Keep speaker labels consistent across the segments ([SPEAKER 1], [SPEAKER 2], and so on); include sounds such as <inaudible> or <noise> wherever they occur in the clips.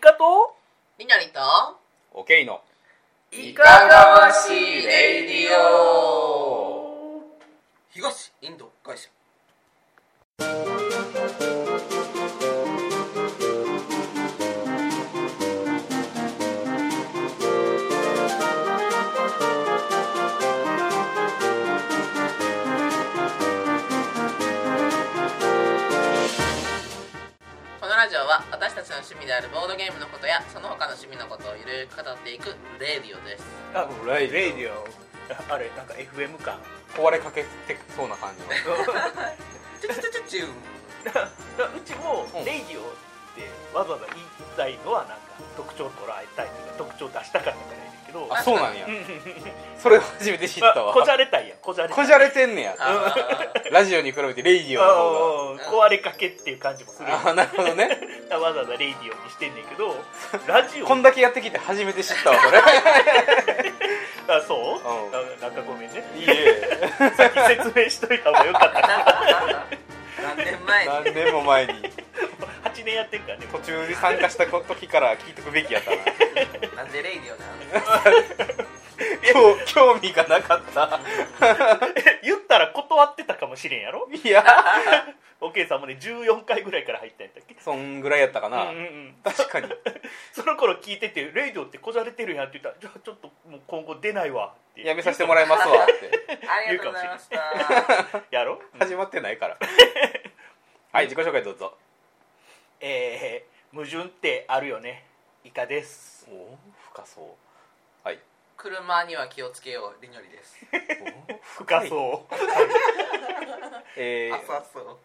[SPEAKER 1] だと
[SPEAKER 2] みなりと
[SPEAKER 3] おけいの
[SPEAKER 1] い
[SPEAKER 2] かがわしいレイディ
[SPEAKER 1] オ
[SPEAKER 2] 東インド会社このラジオは私たちの趣味であるボードゲームのことやその他の趣味のことをゆるく語っていくレディオです
[SPEAKER 1] あ
[SPEAKER 3] レイ
[SPEAKER 1] レイディオ <laughs> あれなんか FM
[SPEAKER 3] <laughs>
[SPEAKER 1] 感
[SPEAKER 3] 壊れかけてそうな感じの <laughs>
[SPEAKER 2] チュチュチュチュチュ
[SPEAKER 1] うちも
[SPEAKER 3] うん
[SPEAKER 1] レイディオってわざわざ言いたいのはなんか特徴を捉えたいというか特徴を出したかったからいいんだけど
[SPEAKER 3] あそうなんやそれを初めて知った
[SPEAKER 1] あ
[SPEAKER 3] わ
[SPEAKER 1] <laughs> こじゃれたいやんこじゃれたい
[SPEAKER 3] こじゃれてんねや
[SPEAKER 2] あ
[SPEAKER 3] ラジオに比べてレイディオの方
[SPEAKER 1] あー壊れかけっていう感じもするよ
[SPEAKER 3] があーなるほどね
[SPEAKER 1] わざわざレイディオにしてんねんけ
[SPEAKER 3] <laughs>
[SPEAKER 1] どラジオ
[SPEAKER 3] こんだけやってきて初めて知ったわそれ
[SPEAKER 1] あそう、
[SPEAKER 3] う
[SPEAKER 1] あ
[SPEAKER 3] ん
[SPEAKER 1] なんかごめんね
[SPEAKER 3] <laughs> いいえ
[SPEAKER 1] さっき説明しといた方がよかった
[SPEAKER 2] ー何年前に
[SPEAKER 3] 何年も前に
[SPEAKER 1] <laughs> 8年やってるからね
[SPEAKER 3] 途中で参加した時から <laughs> 聞いとくべきやったな
[SPEAKER 2] なんでレイディオなの
[SPEAKER 3] 興興味がなかった
[SPEAKER 1] 言ったら断ってたかもしれんやろ
[SPEAKER 3] いや
[SPEAKER 1] おけいさんもね14回ぐらいから入ったんやったっけ
[SPEAKER 3] そんぐらいやったかな、
[SPEAKER 1] うんうんうん
[SPEAKER 3] 確かに
[SPEAKER 1] その頃聞いてて「レイドってこじゃれてるやん」って言ったら「じゃあちょっともう今後出ないわ」って
[SPEAKER 3] やめさせてもらいますわって
[SPEAKER 2] ありがとうございました
[SPEAKER 1] やろ、
[SPEAKER 3] 始まってない <laughs> からはい自己紹介どうぞ
[SPEAKER 1] えー、矛盾ってあるよねイカです
[SPEAKER 3] お深そうはい
[SPEAKER 2] 車には気をつけようりのりです
[SPEAKER 1] 深そう、
[SPEAKER 3] え
[SPEAKER 2] あ
[SPEAKER 3] ー、
[SPEAKER 2] そう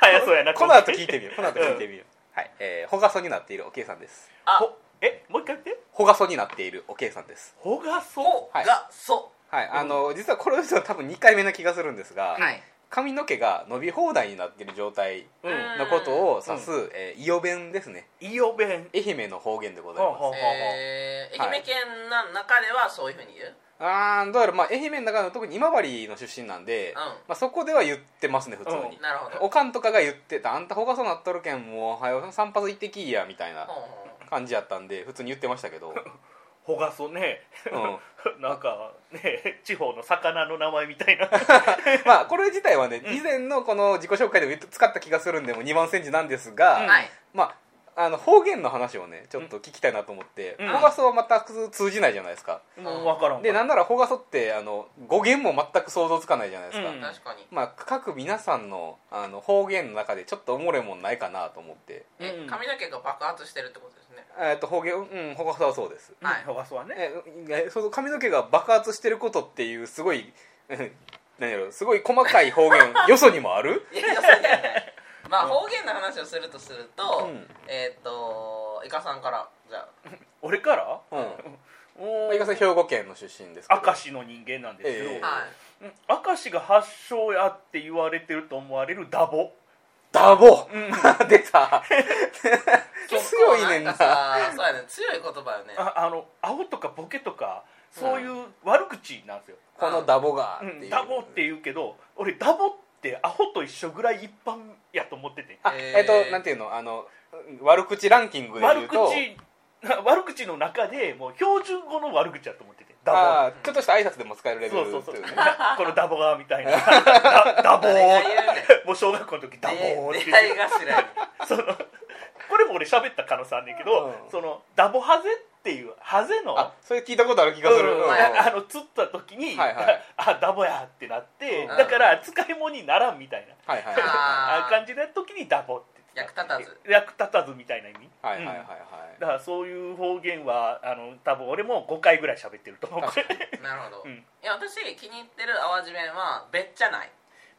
[SPEAKER 1] 早そうやな
[SPEAKER 3] この後聞いてみようこの後聞いてみよう、はいえー、ほがそになっているおけいさんです
[SPEAKER 2] あ
[SPEAKER 1] ほえもう一回言って
[SPEAKER 3] ほがそになっているおけいさんです
[SPEAKER 1] ほがそ
[SPEAKER 2] ほ
[SPEAKER 3] はい
[SPEAKER 2] がそ
[SPEAKER 3] はいあの実はこの人は多分2回目な気がするんですが、
[SPEAKER 2] はい
[SPEAKER 3] 髪の毛が伸び放題になっている状態
[SPEAKER 1] ううん
[SPEAKER 3] のことを指す、えー、イオ弁ですね
[SPEAKER 1] イオベン
[SPEAKER 3] 愛媛の方言でござい
[SPEAKER 1] ほう
[SPEAKER 3] ます
[SPEAKER 1] ほうほうほう
[SPEAKER 2] えー、愛媛県の中ではそういうふうに言う
[SPEAKER 3] あーどうやらまあ愛媛の中の特に今治の出身なんで、
[SPEAKER 2] うん
[SPEAKER 3] まあ、そこでは言ってますね普通に、
[SPEAKER 1] うん
[SPEAKER 2] なるほど
[SPEAKER 3] おかんとかが言ってた「あんたほがそうなっとるけんもうはよ散髪行ってきいや」みたいな
[SPEAKER 2] ほうほう
[SPEAKER 3] 感じやったんで普通に言ってまし
[SPEAKER 1] <laughs>
[SPEAKER 3] たけど、
[SPEAKER 1] ほがそね <laughs>
[SPEAKER 3] うん、
[SPEAKER 1] なんかね地方の魚の名前みた
[SPEAKER 3] <laughs>
[SPEAKER 1] いな
[SPEAKER 3] まあこれ自体はね以前のこの自己紹介でも言って使った気がするんでもう2万センチなんですが、
[SPEAKER 1] うん
[SPEAKER 2] はい
[SPEAKER 3] まああの方言の話をねちょっと聞きたいなと思って
[SPEAKER 1] うん
[SPEAKER 3] ほがそは全く通じないじゃないですか
[SPEAKER 1] もう分からん
[SPEAKER 3] でなん
[SPEAKER 1] ん
[SPEAKER 3] ならほがそってあの語源も全く想像つかないじゃないですか、
[SPEAKER 1] うん
[SPEAKER 2] 確かに
[SPEAKER 3] まあ、各皆さんのあの方言の中でちょっとおもれもんないかなと思って、
[SPEAKER 2] え
[SPEAKER 1] うん
[SPEAKER 2] 髪の毛が爆発してるってことですね
[SPEAKER 3] えー、と方言うんほがそはそうです
[SPEAKER 2] はい
[SPEAKER 1] ほがそはね
[SPEAKER 3] ええその髪の毛が爆発してることっていうすごいうん何やろすごい細かい方言よそにもある
[SPEAKER 2] いやそうじゃ
[SPEAKER 1] <laughs>
[SPEAKER 2] ないまあ方言の話をするとすると、
[SPEAKER 3] うん
[SPEAKER 2] えーっ、とイカさんからじゃあ
[SPEAKER 1] 俺から
[SPEAKER 3] うん
[SPEAKER 1] お
[SPEAKER 3] 伊賀さん兵庫県の出身ですけど
[SPEAKER 1] 明石の人間なんですけど、
[SPEAKER 3] ええ
[SPEAKER 2] はい
[SPEAKER 1] うん明石が発祥やって言われてると思われるダボ
[SPEAKER 3] ダボ、
[SPEAKER 1] うん
[SPEAKER 3] 出た強いねん
[SPEAKER 2] な
[SPEAKER 3] なん
[SPEAKER 2] かさそうやね強い言葉よね
[SPEAKER 1] ああの青とかボケとかそういう悪口なんですよ、
[SPEAKER 3] このダボが
[SPEAKER 1] うん
[SPEAKER 3] っていう
[SPEAKER 1] ダボって言うけど俺ダボってアホと一緒ぐらい一般やと思ってて
[SPEAKER 3] あ
[SPEAKER 2] え
[SPEAKER 3] え
[SPEAKER 2] ー
[SPEAKER 3] っ、となんていうのあの悪口ランキングで言
[SPEAKER 1] 悪
[SPEAKER 3] うと
[SPEAKER 1] 口 <laughs> 悪口の中でもう標準語の悪口やと思っててダ
[SPEAKER 3] あーちょっとした挨拶でも使えるレ
[SPEAKER 1] ボ
[SPEAKER 3] ベル
[SPEAKER 1] そうそうそう
[SPEAKER 3] っていね
[SPEAKER 1] このダボがみたい
[SPEAKER 3] <laughs>
[SPEAKER 1] なダダボー
[SPEAKER 2] 誰が言うねん
[SPEAKER 1] もう小学校の時ダボーって
[SPEAKER 2] 出
[SPEAKER 1] 言って
[SPEAKER 2] 会い頭
[SPEAKER 1] <laughs>
[SPEAKER 2] に
[SPEAKER 1] そのこれも俺喋った可能性あるんだけど、
[SPEAKER 3] うん
[SPEAKER 1] そのダボハゼっていうハゼの
[SPEAKER 3] あそれ聞いたことある気がする、
[SPEAKER 1] うん
[SPEAKER 3] うん
[SPEAKER 1] ああの釣った時に、
[SPEAKER 3] はいはい
[SPEAKER 1] <laughs> あダボやってなって、
[SPEAKER 2] うん
[SPEAKER 1] だから使い物にならんみたいな
[SPEAKER 3] はいはい
[SPEAKER 2] あー
[SPEAKER 1] <laughs> あ感じの時にダボって
[SPEAKER 2] 役立たず
[SPEAKER 1] 役立たずみたいな意味
[SPEAKER 3] はいはいはい
[SPEAKER 1] う
[SPEAKER 3] は
[SPEAKER 1] ん
[SPEAKER 3] い
[SPEAKER 1] だからそういう方言はあの多分俺も5回ぐらい喋ってると思う
[SPEAKER 3] 確かに
[SPEAKER 2] なるほど、
[SPEAKER 1] うん
[SPEAKER 2] いや私気に入ってる淡路弁は「べっちゃない」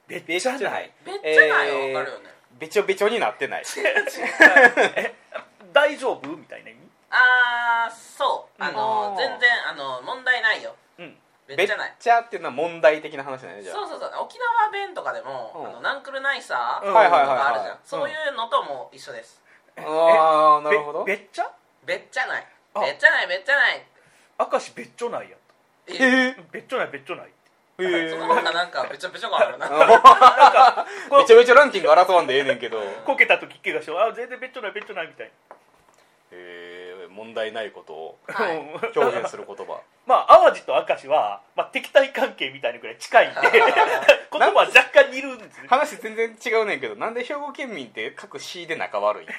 [SPEAKER 1] べっ
[SPEAKER 3] べっち
[SPEAKER 1] ちゃ
[SPEAKER 3] ゃ
[SPEAKER 1] な
[SPEAKER 3] ないい
[SPEAKER 2] 「べっちゃない」
[SPEAKER 3] えー
[SPEAKER 2] はわかるよね、
[SPEAKER 3] べちょべちょになって <laughs> ない
[SPEAKER 1] <laughs> 大丈夫みたいな意味
[SPEAKER 2] ああそうあ
[SPEAKER 3] う
[SPEAKER 2] の
[SPEAKER 3] ん
[SPEAKER 2] 全然あの問題ないよ
[SPEAKER 1] うん
[SPEAKER 2] べ
[SPEAKER 3] べ
[SPEAKER 2] っ
[SPEAKER 3] っ
[SPEAKER 2] ちゃない
[SPEAKER 3] ちゃっていうのは問題的な話だねじゃあ
[SPEAKER 2] そうそうそう沖縄弁とかでも「
[SPEAKER 3] うん
[SPEAKER 2] あのナンクルナイサー」
[SPEAKER 1] う
[SPEAKER 2] と
[SPEAKER 1] ん
[SPEAKER 2] か
[SPEAKER 1] はいはいはい
[SPEAKER 3] はい
[SPEAKER 2] あるじゃん、そういうのとも一緒です
[SPEAKER 3] ああなるほど
[SPEAKER 1] べべっちゃ
[SPEAKER 2] 「べっちゃない」「
[SPEAKER 1] あ
[SPEAKER 2] べっちゃない」「べっちゃない
[SPEAKER 1] 明石べっちょないや」
[SPEAKER 3] えー
[SPEAKER 1] べっちょないべっちょない
[SPEAKER 3] へえ
[SPEAKER 2] その他なんかべちょべちょ感あ
[SPEAKER 1] <laughs>
[SPEAKER 2] るな
[SPEAKER 1] こ
[SPEAKER 3] めちゃめちゃランキング争わんでええねんけど
[SPEAKER 1] こけた時怪我してあ全然ベッドないベッドないみたい
[SPEAKER 3] えー問題ないことを
[SPEAKER 2] はい
[SPEAKER 3] 表現する言葉
[SPEAKER 1] まあ淡路と明石は、まあ、敵対関係みたいなぐらい近いん
[SPEAKER 3] <laughs>
[SPEAKER 1] で言葉は若干似るんですね
[SPEAKER 3] 話全然違うねんけどなんで兵庫県民って各市で仲悪いん
[SPEAKER 2] あれ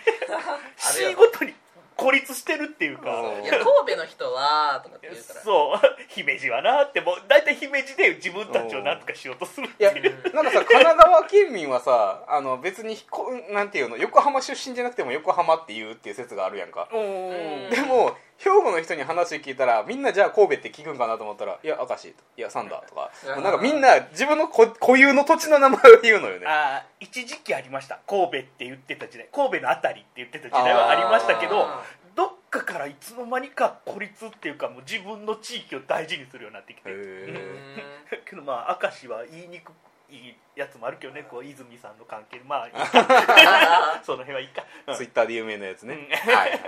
[SPEAKER 1] 仕
[SPEAKER 2] よ
[SPEAKER 1] 事に孤立してるっていうか
[SPEAKER 3] そう
[SPEAKER 2] いや神戸の人はとかって言うから
[SPEAKER 1] そう <laughs> 姫路はなってもう大体姫路で自分たちを何とかしようとするっ
[SPEAKER 3] い
[SPEAKER 1] て
[SPEAKER 3] や
[SPEAKER 1] いう
[SPEAKER 3] なんかさ神奈川県民はさあの別にこなんていうの横浜出身じゃなくても横浜っていうっていう説があるやんか
[SPEAKER 2] うん
[SPEAKER 3] でも兵庫の人に話聞いたらみんなじゃあ神戸って聞くんかなと思ったら「いや明石」いや「サンダー」とか
[SPEAKER 2] うん
[SPEAKER 3] なんかみんな自分のこ固有の土地の名前を言うのよね
[SPEAKER 1] あー一時期ありました神戸って言ってた時代神戸のあたりって言ってた時代はありましたけど
[SPEAKER 2] あ
[SPEAKER 1] どっかからいつの間にか孤立っていうかもう自分の地域を大事にするようになってきて
[SPEAKER 3] へ
[SPEAKER 2] ーう
[SPEAKER 1] <laughs>
[SPEAKER 3] ー
[SPEAKER 2] ん
[SPEAKER 1] けどまあ明石は言いにくいやつもあるけどねこう泉さんの関係でまあいいか
[SPEAKER 3] <laughs>
[SPEAKER 1] その辺はいいか、うん
[SPEAKER 3] ツイッターで有名なやつね、
[SPEAKER 1] うん
[SPEAKER 3] はいはいはい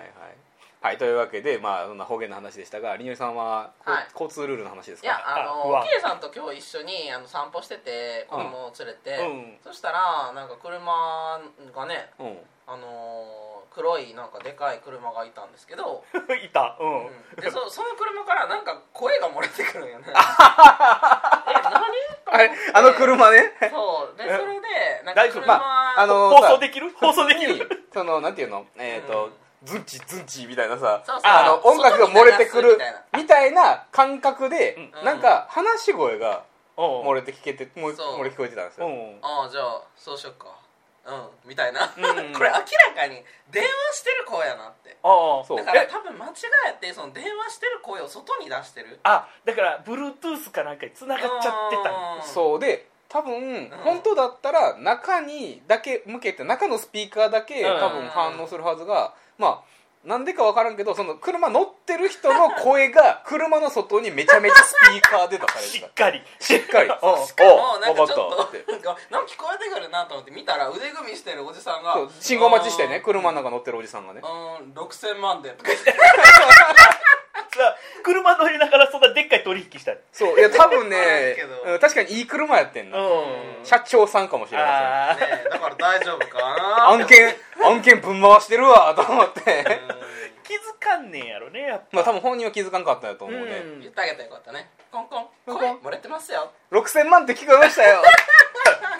[SPEAKER 3] はいというわけでまあそんな方言の話でしたがりのりさんは、こ
[SPEAKER 2] はい
[SPEAKER 3] 交通ルールの話です
[SPEAKER 2] い
[SPEAKER 3] か
[SPEAKER 2] やあ
[SPEAKER 1] あ不
[SPEAKER 2] の
[SPEAKER 1] 安
[SPEAKER 2] K さんと今日一緒にあの散歩してて子供を連れて、
[SPEAKER 1] うん
[SPEAKER 2] そしたらなんか車がね
[SPEAKER 3] うん
[SPEAKER 2] あのー黒いなんかでかい車がいたんですけど、
[SPEAKER 1] <laughs> いたうん、
[SPEAKER 2] うんでそその車からなんか声が漏れてくるんよねえ何
[SPEAKER 3] あれあの車ね
[SPEAKER 2] そうでそれでなんか
[SPEAKER 1] 大丈夫
[SPEAKER 2] 車、
[SPEAKER 3] まああの
[SPEAKER 1] 放送できる放送でき
[SPEAKER 3] に
[SPEAKER 1] る
[SPEAKER 3] <laughs> そのなんていうのえっ、
[SPEAKER 2] う
[SPEAKER 3] と
[SPEAKER 2] ん、
[SPEAKER 3] ズンチズンチみたいなさ
[SPEAKER 2] そうそう
[SPEAKER 3] あの音楽が漏れてくる
[SPEAKER 2] 外に流すみたいな
[SPEAKER 3] みたいな感覚で、
[SPEAKER 2] うん
[SPEAKER 3] なんか話し声が
[SPEAKER 1] うん
[SPEAKER 3] 漏れて聞けてもう
[SPEAKER 2] そう
[SPEAKER 3] 漏れ聞こえてたんです
[SPEAKER 1] う
[SPEAKER 3] よ、
[SPEAKER 1] ん
[SPEAKER 2] ああじゃあそうしよっかうんみたいな、
[SPEAKER 1] うん
[SPEAKER 2] <laughs> これ明らかに電話してる声やなって
[SPEAKER 1] ああ
[SPEAKER 3] そう
[SPEAKER 2] だから
[SPEAKER 1] え
[SPEAKER 2] 多分間違えてその電話してる声を外に出してる
[SPEAKER 1] あだから Bluetooth かなんかに繋がっちゃってたん
[SPEAKER 2] うん
[SPEAKER 3] そうで多分、本当だったら中にだけ向けて中のスピーカーだけ
[SPEAKER 1] うん
[SPEAKER 3] 多分反応するはずが、まあなんでか分からんけどその車乗ってる人の声が車の外にめちゃめちゃスピーカーで出さ
[SPEAKER 1] だ
[SPEAKER 3] れ
[SPEAKER 1] して
[SPEAKER 3] た
[SPEAKER 1] <laughs> っかり
[SPEAKER 3] しっかり
[SPEAKER 1] うん
[SPEAKER 2] しかもなん
[SPEAKER 3] お
[SPEAKER 2] か
[SPEAKER 3] 分
[SPEAKER 2] ちょっ
[SPEAKER 3] かっ
[SPEAKER 2] と
[SPEAKER 3] たって
[SPEAKER 2] なんかなんか聞こえてくるなと思って見たら腕組みしてるおじさんが
[SPEAKER 3] そう信号待ちしてね車の中乗ってるおじさんがね
[SPEAKER 2] うーん6000万でとか言って
[SPEAKER 1] さ車乗りながらそんなでっかい取引したう
[SPEAKER 3] そういや多分
[SPEAKER 2] わからん
[SPEAKER 3] ね
[SPEAKER 2] けど
[SPEAKER 3] うん確かにいい車やってんな、
[SPEAKER 2] うん
[SPEAKER 3] 社長さんかもしれま
[SPEAKER 1] ああ、
[SPEAKER 2] ねだから大丈夫かな
[SPEAKER 3] <laughs> せん案件案件ぶん回してるわと思って
[SPEAKER 2] う
[SPEAKER 1] 気づかんねんやろねやっぱ
[SPEAKER 3] まあ多分本人は気づかんかったんやと思うね、
[SPEAKER 2] ん言ってあげたらよかったねコンコン
[SPEAKER 3] コン
[SPEAKER 2] 声
[SPEAKER 3] コン
[SPEAKER 2] 漏れてますよ
[SPEAKER 3] 6000万って聞こえまし
[SPEAKER 2] <laughs>
[SPEAKER 3] たよ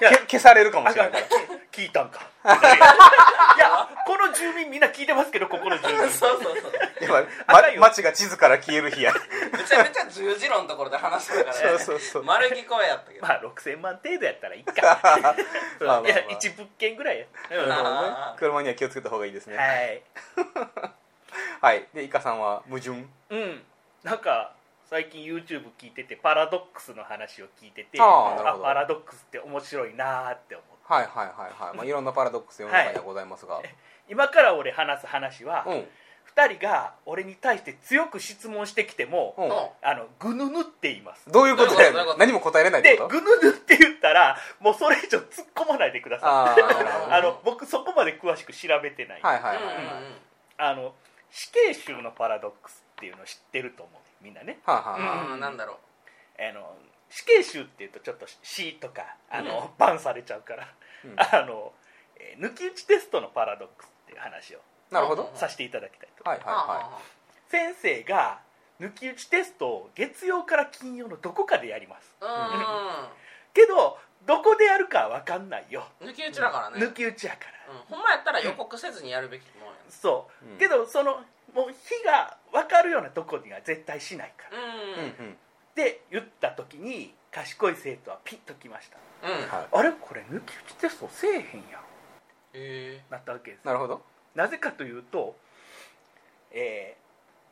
[SPEAKER 3] け消されるかも
[SPEAKER 1] あ
[SPEAKER 3] しれ
[SPEAKER 1] か
[SPEAKER 3] なんいから
[SPEAKER 1] 聞いたんかいやこの住民みんな聞いてますけどここの住
[SPEAKER 2] そう
[SPEAKER 1] 民
[SPEAKER 3] <laughs>
[SPEAKER 2] そうそう
[SPEAKER 3] 今
[SPEAKER 1] 赤いよ
[SPEAKER 3] ま街が地図から消える日や
[SPEAKER 2] めちゃめちゃ十字路のところで話してたからね
[SPEAKER 3] そうそうそう
[SPEAKER 2] 丸聞こえやったけど、
[SPEAKER 1] まあ6000万程度やったらいいかうん
[SPEAKER 3] <laughs> まあまあま
[SPEAKER 1] い
[SPEAKER 3] あ
[SPEAKER 1] や1物件ぐらいや、うん
[SPEAKER 2] なるほど
[SPEAKER 1] は
[SPEAKER 2] ね
[SPEAKER 3] 車には気をつけた方がいいですねはい、
[SPEAKER 1] い
[SPEAKER 3] でイカさんは矛盾
[SPEAKER 1] うんなんか最近 YouTube 聞いててパラドックスの話を聞いてて
[SPEAKER 3] あーなるほど
[SPEAKER 1] パラドックスって面白いなーって思う
[SPEAKER 3] はいはいはいはい、まあ、いろんなパラドックス世の中にはございますが、
[SPEAKER 1] 今から俺話す話は、
[SPEAKER 3] うん
[SPEAKER 1] 2人が俺に対して強く質問してきても、
[SPEAKER 3] うん
[SPEAKER 1] あのぐぬぬって言います
[SPEAKER 3] どういうことだよ
[SPEAKER 2] どういうことどういうこと
[SPEAKER 3] 何も答えれないって
[SPEAKER 1] で
[SPEAKER 3] こと
[SPEAKER 1] ぐぬぬって言ったらもうそれ以上突っ込まないでください
[SPEAKER 3] ああなるほどね
[SPEAKER 1] あの僕そこまで詳しく調べてない、
[SPEAKER 3] はいはいはい、
[SPEAKER 2] うんうんうん
[SPEAKER 3] はい
[SPEAKER 1] あの死刑囚のパラドックスっていうの知ってると思うみんなね
[SPEAKER 3] はい
[SPEAKER 2] あ
[SPEAKER 3] はい、
[SPEAKER 2] ーなんだろう
[SPEAKER 1] あの死刑囚っていうとちょっと死とかあの、バンされちゃうから、
[SPEAKER 3] うん
[SPEAKER 1] あのえー抜き打ちテストのパラドックスっていう話を
[SPEAKER 3] なるほど
[SPEAKER 2] うん
[SPEAKER 1] させていただきたいと、
[SPEAKER 3] はいはいは
[SPEAKER 1] 先生が抜き打ちテストを月曜から金曜のどこかでやります
[SPEAKER 2] う
[SPEAKER 1] けどどこでやるかは分かんないよ、
[SPEAKER 2] ん抜き打ちだからね、うん
[SPEAKER 1] 抜、き打ちやから
[SPEAKER 2] ほんまやったら予告せずにやるべきもんや
[SPEAKER 1] そう、
[SPEAKER 3] うん
[SPEAKER 1] けどそのもう日が分かるようなとこには絶対しないから、
[SPEAKER 3] い
[SPEAKER 2] ね
[SPEAKER 3] うんうん
[SPEAKER 1] って言った時に賢い生徒はピッときました
[SPEAKER 2] うんうん
[SPEAKER 3] はい
[SPEAKER 1] あれこれ抜き打ちテストせえへんやろ
[SPEAKER 2] へ
[SPEAKER 1] なったわけです
[SPEAKER 3] なるほど
[SPEAKER 1] なぜかというと、えー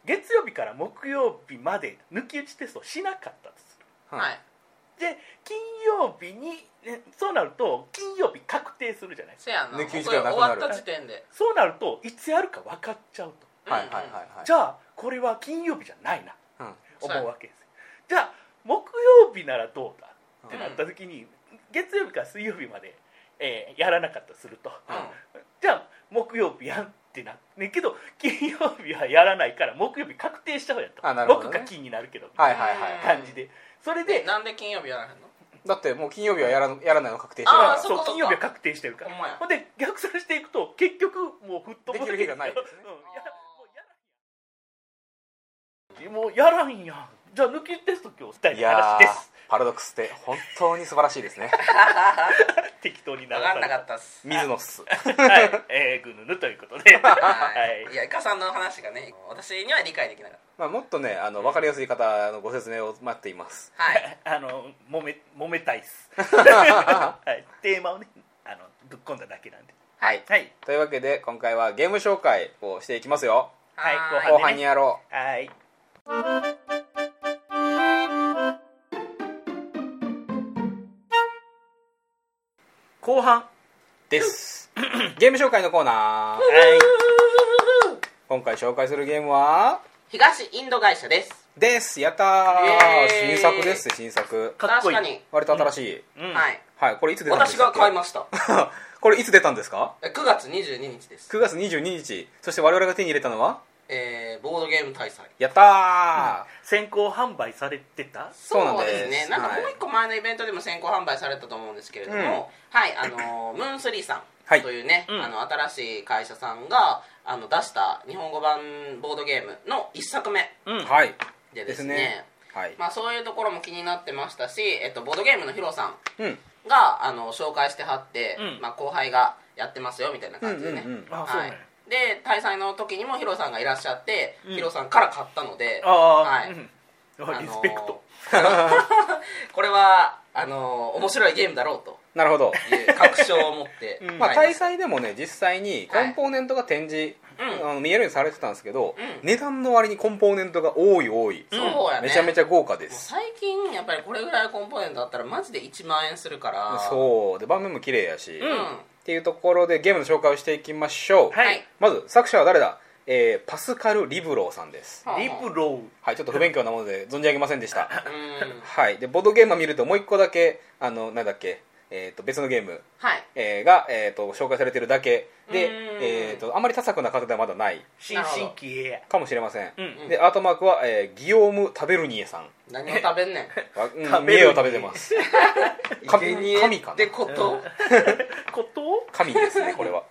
[SPEAKER 1] 月曜日から木曜日まで抜き打ちテストをしなかったとする
[SPEAKER 2] ーはい
[SPEAKER 1] で金曜日に、ねそうなると金曜日確定するじゃないですか
[SPEAKER 2] せやな
[SPEAKER 3] 抜き打ち
[SPEAKER 2] これ
[SPEAKER 3] がな
[SPEAKER 2] 終
[SPEAKER 3] くな
[SPEAKER 2] わ
[SPEAKER 3] る
[SPEAKER 2] った時点で
[SPEAKER 1] そうなるといつやるか分かっちゃうと、
[SPEAKER 3] はいはいはい
[SPEAKER 2] うん
[SPEAKER 3] はい
[SPEAKER 1] じゃあこれは金曜日じゃないな
[SPEAKER 3] うん
[SPEAKER 1] 思
[SPEAKER 2] そうや
[SPEAKER 1] うわけですよじゃあ木曜日ならどうだってなった時に、月曜日から水曜日まで、えーやらなかったとすると、
[SPEAKER 2] うん
[SPEAKER 1] じゃあ木曜日やんっってなねけど金曜日はやらないから木曜日確定した方やと
[SPEAKER 3] あなるほどね
[SPEAKER 1] 6か金になるけどみたい
[SPEAKER 3] はいはいはい
[SPEAKER 1] な感じでそれで
[SPEAKER 2] でなんで金曜日やらへんの
[SPEAKER 3] だってもう金曜日はやらやらないの確定してる
[SPEAKER 2] あ
[SPEAKER 3] か
[SPEAKER 2] ー
[SPEAKER 1] そう
[SPEAKER 2] そうかそうか
[SPEAKER 1] 金曜日は確定してるから
[SPEAKER 2] ほんまや
[SPEAKER 1] ほんで逆算していくと結局もうフットボール
[SPEAKER 3] できる日がないですね
[SPEAKER 1] うんやもうやらんやんじゃあ抜きテスト今日した
[SPEAKER 3] ら
[SPEAKER 1] い
[SPEAKER 3] い
[SPEAKER 1] な
[SPEAKER 3] や
[SPEAKER 1] 話
[SPEAKER 3] ー
[SPEAKER 1] です
[SPEAKER 3] パラドックスって本当に素晴らしい
[SPEAKER 2] <laughs>
[SPEAKER 3] ですね
[SPEAKER 1] 適当に流
[SPEAKER 2] 分
[SPEAKER 1] さ
[SPEAKER 2] かん
[SPEAKER 1] れ
[SPEAKER 2] な
[SPEAKER 1] た
[SPEAKER 2] かったっす
[SPEAKER 3] 水野っす
[SPEAKER 1] はいえー、ぐぬぬということではい
[SPEAKER 2] はいいやイカさんの話がね私には理解できなかっ
[SPEAKER 3] まあもっとねあの分かりやすい方のご説明を待っています
[SPEAKER 2] たはい
[SPEAKER 1] あの揉め揉めたいっす、はい、テーマをねあのぶっ込んだだけなんで
[SPEAKER 2] <laughs> はい
[SPEAKER 1] はい
[SPEAKER 3] というわけで今回はゲーム紹介をしていきますよ
[SPEAKER 1] はい
[SPEAKER 2] はー
[SPEAKER 1] 後
[SPEAKER 3] 後半にやろ
[SPEAKER 1] はい後半は
[SPEAKER 3] うですゲーム紹介のコーナー
[SPEAKER 1] い
[SPEAKER 3] 今回紹介するゲームは
[SPEAKER 2] 東インド会社です
[SPEAKER 3] ですやった
[SPEAKER 2] イエー
[SPEAKER 3] ー
[SPEAKER 2] イ
[SPEAKER 3] 新作です新作
[SPEAKER 1] かっこいい
[SPEAKER 2] 確かに、
[SPEAKER 3] 割と新しい、
[SPEAKER 1] うん
[SPEAKER 2] はい
[SPEAKER 3] はいこれいつ出たんで
[SPEAKER 2] 私
[SPEAKER 3] すか
[SPEAKER 2] が買いました <laughs>
[SPEAKER 3] す <laughs> これいつ出たんですか
[SPEAKER 2] え9月22日です
[SPEAKER 3] 9月22日そして我々が手に入れたのは
[SPEAKER 2] えー、ボードゲーム大祭
[SPEAKER 3] やったー、
[SPEAKER 1] 先行販売されてた
[SPEAKER 3] そうなんです
[SPEAKER 2] ねなんか
[SPEAKER 3] はい
[SPEAKER 2] もう一個前のイベントでも先行販売されたと思うんですけれども、はいあのー <laughs> ムーンスリーさ
[SPEAKER 3] はい
[SPEAKER 2] んというね、
[SPEAKER 1] うん
[SPEAKER 2] あの新しい会社さんがあの出した日本語版ボードゲームの一作目
[SPEAKER 1] うん
[SPEAKER 3] はい
[SPEAKER 2] でですね
[SPEAKER 3] ですねはい、
[SPEAKER 2] まあ、そういうところも気になってましたし、えっと、ボードゲームのヒロさん
[SPEAKER 3] うん
[SPEAKER 2] があの紹介してはって、
[SPEAKER 1] うん
[SPEAKER 2] まあ、後輩がやってますよみたいな
[SPEAKER 3] うん
[SPEAKER 2] 感じでね、
[SPEAKER 3] うんうん
[SPEAKER 1] あそう
[SPEAKER 2] は
[SPEAKER 1] ね
[SPEAKER 2] い、で大祭の時にもヒロさんがいらっしゃって、
[SPEAKER 1] うん
[SPEAKER 2] ヒロさんから買ったので
[SPEAKER 1] ああ、
[SPEAKER 2] はい
[SPEAKER 1] うん
[SPEAKER 2] あのー
[SPEAKER 1] リスペクト、
[SPEAKER 2] <laughs> これはあの面白いゲームだろうと
[SPEAKER 3] なるほど
[SPEAKER 2] いう確証を持って、
[SPEAKER 1] <laughs> うん
[SPEAKER 3] まあ、
[SPEAKER 2] 買い
[SPEAKER 3] 大
[SPEAKER 2] した
[SPEAKER 3] 祭でもね実際にコンポーネントが展示、
[SPEAKER 2] うん
[SPEAKER 3] あの見えるようにされてたんですけど、
[SPEAKER 2] うん
[SPEAKER 3] 値段の割にコンポーネントが多い多い、
[SPEAKER 1] うん
[SPEAKER 2] そうやね
[SPEAKER 3] めちゃめちゃ豪華で
[SPEAKER 2] もう
[SPEAKER 3] す
[SPEAKER 2] 最近やっぱりこれぐらいコンポーネントだったらマジで1万円するから
[SPEAKER 3] そうで盤面も綺麗やし、
[SPEAKER 2] うん、
[SPEAKER 3] っ
[SPEAKER 1] ん
[SPEAKER 3] ていうところでゲームの紹介をしていきましょう、
[SPEAKER 1] はい
[SPEAKER 2] はい
[SPEAKER 3] まず作者は誰だ、えーパスカル・リブローさんです
[SPEAKER 2] はあ
[SPEAKER 1] リプロ
[SPEAKER 3] はいちょっと不勉強なもので存じ上げませんでした
[SPEAKER 2] うん
[SPEAKER 3] はい、でボードゲームを見るともう一個だけあのなんだっけ、えー、と別のゲーム、
[SPEAKER 2] はい
[SPEAKER 3] えーが、えー、と紹介されてるだけで
[SPEAKER 2] うーん、
[SPEAKER 3] えー、とあまり多作な方ではまだない
[SPEAKER 1] 新進気鋭や
[SPEAKER 3] かもしれません、
[SPEAKER 1] うん
[SPEAKER 2] ん
[SPEAKER 3] でアートマークは、えーギオーム・タベルニエさん
[SPEAKER 2] 何を食べんねん
[SPEAKER 3] はうん
[SPEAKER 1] タベルニエ
[SPEAKER 3] 見栄を食べてます神神か
[SPEAKER 2] っ
[SPEAKER 3] な
[SPEAKER 2] てこと
[SPEAKER 1] <laughs> こと
[SPEAKER 3] 神ですねこれは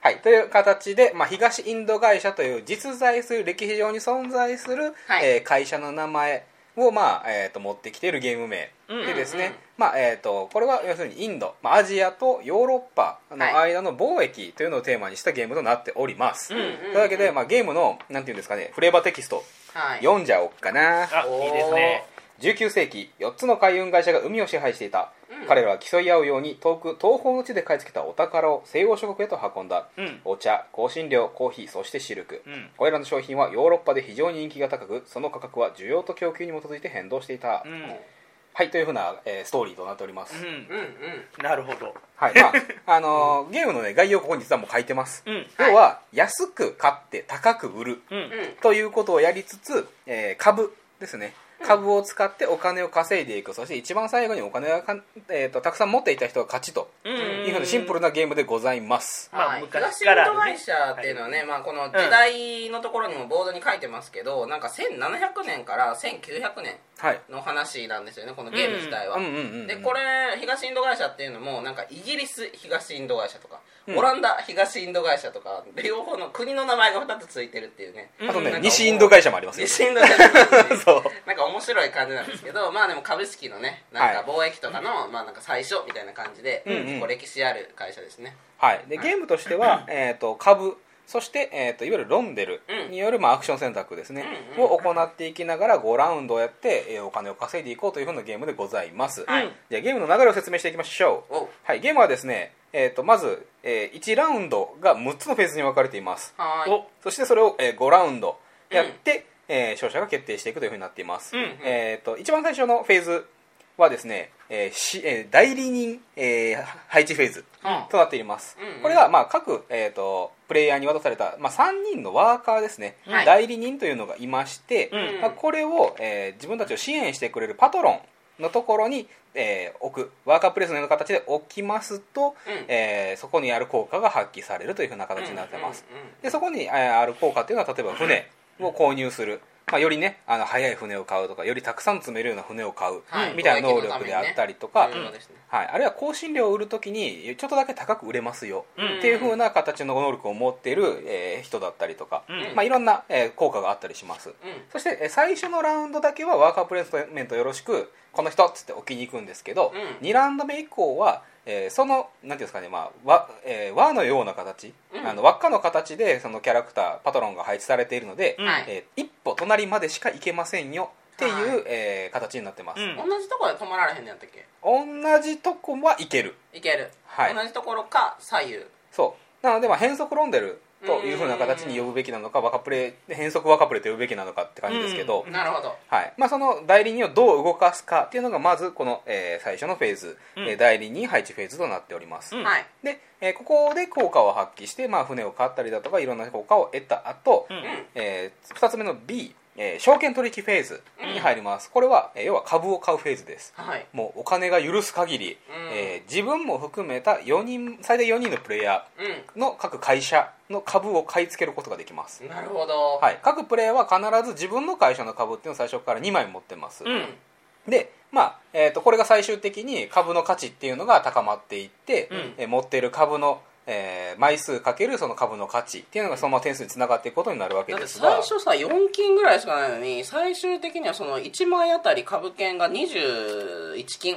[SPEAKER 3] はいという形で、まあ、東インド会社という実在する歴史上に存在する、
[SPEAKER 2] はい
[SPEAKER 3] えー会社の名前を、まあえー、と持ってきているゲーム名
[SPEAKER 1] うん
[SPEAKER 3] でですね、
[SPEAKER 2] うんうん
[SPEAKER 3] まあえー、とこれは要するにインド、まあ、アジアとヨーロッパの
[SPEAKER 2] は
[SPEAKER 3] 間の貿易というのをテーマにしたゲームとなっております、
[SPEAKER 1] うんうん
[SPEAKER 3] というわけで、まあ、ゲームのなんていうんですかねフレーバーテキスト
[SPEAKER 2] はい
[SPEAKER 3] 読んじゃおっかな
[SPEAKER 1] あいいですね
[SPEAKER 3] 19世紀4つの海運会社が海を支配していた、
[SPEAKER 2] うん
[SPEAKER 3] 彼らは競い合うように遠く東方の地で買い付けたお宝を西欧諸国へと運んだ、
[SPEAKER 1] うん
[SPEAKER 3] お茶香辛料コーヒーそしてシルク、
[SPEAKER 1] うん
[SPEAKER 3] これらの商品はヨーロッパで非常に人気が高くその価格は需要と供給に基づいて変動していた、
[SPEAKER 1] うん
[SPEAKER 3] はいというふうな、えーストーリーとなっております、
[SPEAKER 1] うん
[SPEAKER 2] うんうん
[SPEAKER 1] なるほど
[SPEAKER 3] はいまああのーゲームの、ね、概要をここに実はもう書いてます、
[SPEAKER 1] うん
[SPEAKER 3] 要は安く買って高く売る
[SPEAKER 1] うん
[SPEAKER 2] うん
[SPEAKER 3] ということをやりつつ、えー株ですね株を使ってお金を稼いでいくそして一番最後にお金がかん、えー、とたくさん持っていた人が勝ちと
[SPEAKER 1] うん
[SPEAKER 3] いうふうなシンプルなゲームでございます
[SPEAKER 1] まあ
[SPEAKER 2] はい
[SPEAKER 1] 昔からあるね
[SPEAKER 2] 東インド会社っていうのはね、まあ、この時代のところにもボードに書いてますけど、なんか1700年から1900年
[SPEAKER 3] はい
[SPEAKER 2] の話なんですよねこのゲーム自体は、
[SPEAKER 3] うんうんうんうん
[SPEAKER 2] でこれ東インド会社っていうのもなんかイギリス東インド会社とか、オランダ東インド会社とか両方の国の名前が2つついてるっていうね
[SPEAKER 3] あと
[SPEAKER 1] う
[SPEAKER 3] ね
[SPEAKER 1] ん
[SPEAKER 3] 西インド会社もありますよ
[SPEAKER 2] 西インド会社なんですね
[SPEAKER 3] <laughs> そう
[SPEAKER 2] なんか面白い感じなんですけどまあでも株式のねなんか貿易とかの、まあなんか最初みたいな感じで、
[SPEAKER 3] んうん
[SPEAKER 2] こう歴史ある会社ですね
[SPEAKER 3] はい、でゲームとしては、えー、と株そして、えー、といわゆるロンデル
[SPEAKER 2] うん
[SPEAKER 3] による、まあ、アクション選択ですね、
[SPEAKER 2] うんうん
[SPEAKER 3] を行っていきながら5ラウンドをやって、えーお金を稼いでいこうというふうなゲームでございます、
[SPEAKER 2] はい
[SPEAKER 3] じゃあゲームの流れを説明していきましょう
[SPEAKER 2] おう
[SPEAKER 3] はい、ゲームはですね、えー、とまず、え1ラウンドが6つのフェーズに分かれています
[SPEAKER 2] はーい
[SPEAKER 1] お
[SPEAKER 3] そしてそれを、え5ラウンドやって、えー勝者が決定していくというふうになっています、
[SPEAKER 1] うん
[SPEAKER 3] えー、と一番最初のフェーズはですね、えーしえー代理人、えー配置フェーズ
[SPEAKER 2] うん
[SPEAKER 3] となっています、
[SPEAKER 2] うんうん
[SPEAKER 3] これがまあ各、えー、とプレイヤーに渡された、まあ、3人のワーカーですね、
[SPEAKER 2] はい
[SPEAKER 3] 代理人というのがいまして、
[SPEAKER 1] うん
[SPEAKER 3] まあ、これを、えー自分たちを支援してくれるパトロンのところに、えー置くワーカープレイスのような形で置きますと、
[SPEAKER 2] うん
[SPEAKER 3] えーそこにある効果が発揮されるというふうな形になってます、
[SPEAKER 2] うんうんうん
[SPEAKER 3] でそこにえーある効果というのは例えば船を購入する、まあ、よりねあの速い船を買うとかよりたくさん積めるような船を買う
[SPEAKER 2] はい
[SPEAKER 3] みたいな能力であったりとか、
[SPEAKER 2] うんそうですね
[SPEAKER 3] はい、あるいは香辛料を売るときにちょっとだけ高く売れますよ、
[SPEAKER 1] うん
[SPEAKER 3] っていう風な形の能力を持っている、えー人だったりとか、
[SPEAKER 1] うん
[SPEAKER 3] まあ、いろんな、えー効果があったりします、
[SPEAKER 2] うん
[SPEAKER 3] そして、えー最初のラウンドだけはワーカープレイスメントよろしくこの人っつって置きに行くんですけど、
[SPEAKER 2] うん
[SPEAKER 3] 2ラウンド目以降は、えーそのなんていうんですかね、まあわえー輪のような形、
[SPEAKER 2] うん
[SPEAKER 3] あの輪っかの形でそのキャラクターパトロンが配置されているので、
[SPEAKER 1] うん
[SPEAKER 2] はい
[SPEAKER 3] えー一歩隣までしか行けませんよっていう、
[SPEAKER 2] はい
[SPEAKER 3] えー形になってます、
[SPEAKER 1] うん
[SPEAKER 2] 同じところで止まられへんのやったっけ
[SPEAKER 3] 同じとこは行ける
[SPEAKER 2] いける、
[SPEAKER 3] はい
[SPEAKER 2] 同じところか左右
[SPEAKER 3] そうなのでまあ変則ロンデルというふうな形に呼ぶべきなのか若プレイ変則若プレイと呼ぶべきなのかって感じですけど、
[SPEAKER 1] うん
[SPEAKER 2] なるほど
[SPEAKER 3] はいまあ、その代理人をどう動かすかっていうのがまずこの、えー最初のフェーズ、
[SPEAKER 1] うん
[SPEAKER 3] えー代理人配置フェーズとなっております、
[SPEAKER 1] うん
[SPEAKER 2] はい
[SPEAKER 3] で、えーここで効果を発揮して、まあ、船を買ったりだとかいろんな効果を得た後、
[SPEAKER 1] うん
[SPEAKER 3] えー2つ目の B、えー証券取引フェーズに入ります、これは、えー要は株を買うフェーズです
[SPEAKER 2] はい
[SPEAKER 3] もうお金が許す限
[SPEAKER 2] う
[SPEAKER 3] り、
[SPEAKER 2] ん
[SPEAKER 3] えー自分も含めた4人最大4人のプレイヤー
[SPEAKER 2] う
[SPEAKER 3] の各会社の株を買い付けることができます、
[SPEAKER 2] んなるほど
[SPEAKER 3] はい、各プレイヤーは必ず自分の会社の株っていうのを最初から2枚持ってます、
[SPEAKER 1] うん
[SPEAKER 3] で、まあえー、とこれが最終的に株の価値っていうのが高まっていって、
[SPEAKER 1] うん
[SPEAKER 3] えー持っている株の、えー枚数かけるその株の価値っていうのがそのまま点数につながっていくことになるわけ
[SPEAKER 2] だっ
[SPEAKER 3] で
[SPEAKER 2] て
[SPEAKER 3] す
[SPEAKER 2] 最
[SPEAKER 3] が
[SPEAKER 2] 初さ4金ぐらいしかないのに最終的にはその1枚あたり株券が21金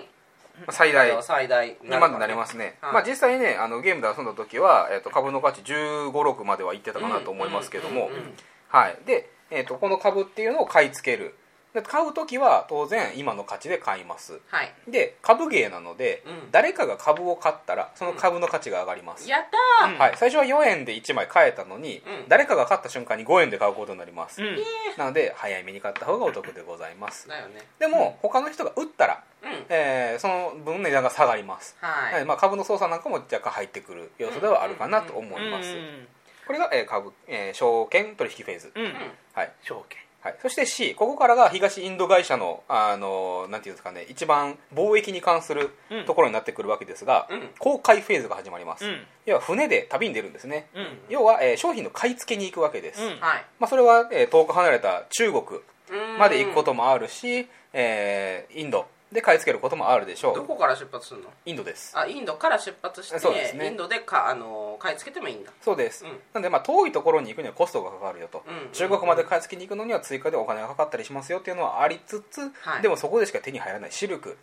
[SPEAKER 3] 最大
[SPEAKER 2] 最大に
[SPEAKER 3] にまでなりますね、
[SPEAKER 2] はい
[SPEAKER 3] まあ、実際ねあのゲームで遊んだ時は、えー、と株の価値1 5六6まではいってたかなと思いますけど
[SPEAKER 2] うん
[SPEAKER 3] も、
[SPEAKER 2] うんうんうん
[SPEAKER 3] はい、で、えー、とこの株っていうのを買い付けるで買う時は当然今の価値で買います
[SPEAKER 2] はい
[SPEAKER 3] で株芸なので、
[SPEAKER 2] うん
[SPEAKER 3] 誰かが株を買ったらその株の価値が上がります、
[SPEAKER 2] やったー、
[SPEAKER 1] うん
[SPEAKER 3] はい、最初は4円で1枚買えたのに、
[SPEAKER 2] うん
[SPEAKER 3] 誰かが買った瞬間に5円で買うことになります、
[SPEAKER 1] うん
[SPEAKER 3] なので早めに買った方がお得でございます
[SPEAKER 2] だよね
[SPEAKER 3] でも、他の人が売ったら、
[SPEAKER 2] うん
[SPEAKER 3] えーその分値段が下がります、
[SPEAKER 2] は
[SPEAKER 3] はいいまあ、株の操作なんかも若干入ってくる要素ではあるかなと思います、
[SPEAKER 1] うん
[SPEAKER 3] これが、えー株えー証券取引フェーズ、
[SPEAKER 1] うん
[SPEAKER 3] はい
[SPEAKER 1] 証券
[SPEAKER 3] はい、そして C ここからが東インド会社のあのなんていうんですかね一番貿易に関する
[SPEAKER 1] うん
[SPEAKER 3] ところになってくるわけですが、
[SPEAKER 2] うん
[SPEAKER 3] 航海フェーズが始まります、
[SPEAKER 1] うん
[SPEAKER 3] 要は船で旅に出るんですね、
[SPEAKER 1] うん
[SPEAKER 3] 要は、えー商品の買い付けに行くわけです、
[SPEAKER 1] うん
[SPEAKER 2] はい
[SPEAKER 3] まあ、それは、えー遠く離れた中国
[SPEAKER 2] うん
[SPEAKER 3] まで行くこともあるし、えーインドで買い付けることもあるでしょ
[SPEAKER 2] ど
[SPEAKER 3] う
[SPEAKER 2] こから出発するの
[SPEAKER 3] インドです
[SPEAKER 2] あインドから出発して
[SPEAKER 3] そうですね
[SPEAKER 2] インドでか、あのー買い付けてもいいんだ
[SPEAKER 3] そうです、
[SPEAKER 2] うん
[SPEAKER 3] なんで、まあ、遠いところに行くにはコストがかかるよと、
[SPEAKER 2] うん
[SPEAKER 3] 中国まで買い付けに行くのには追加でお金がかかったりしますよっていうのはありつつ、
[SPEAKER 2] はい
[SPEAKER 3] でもそこでしか手に入らないシルク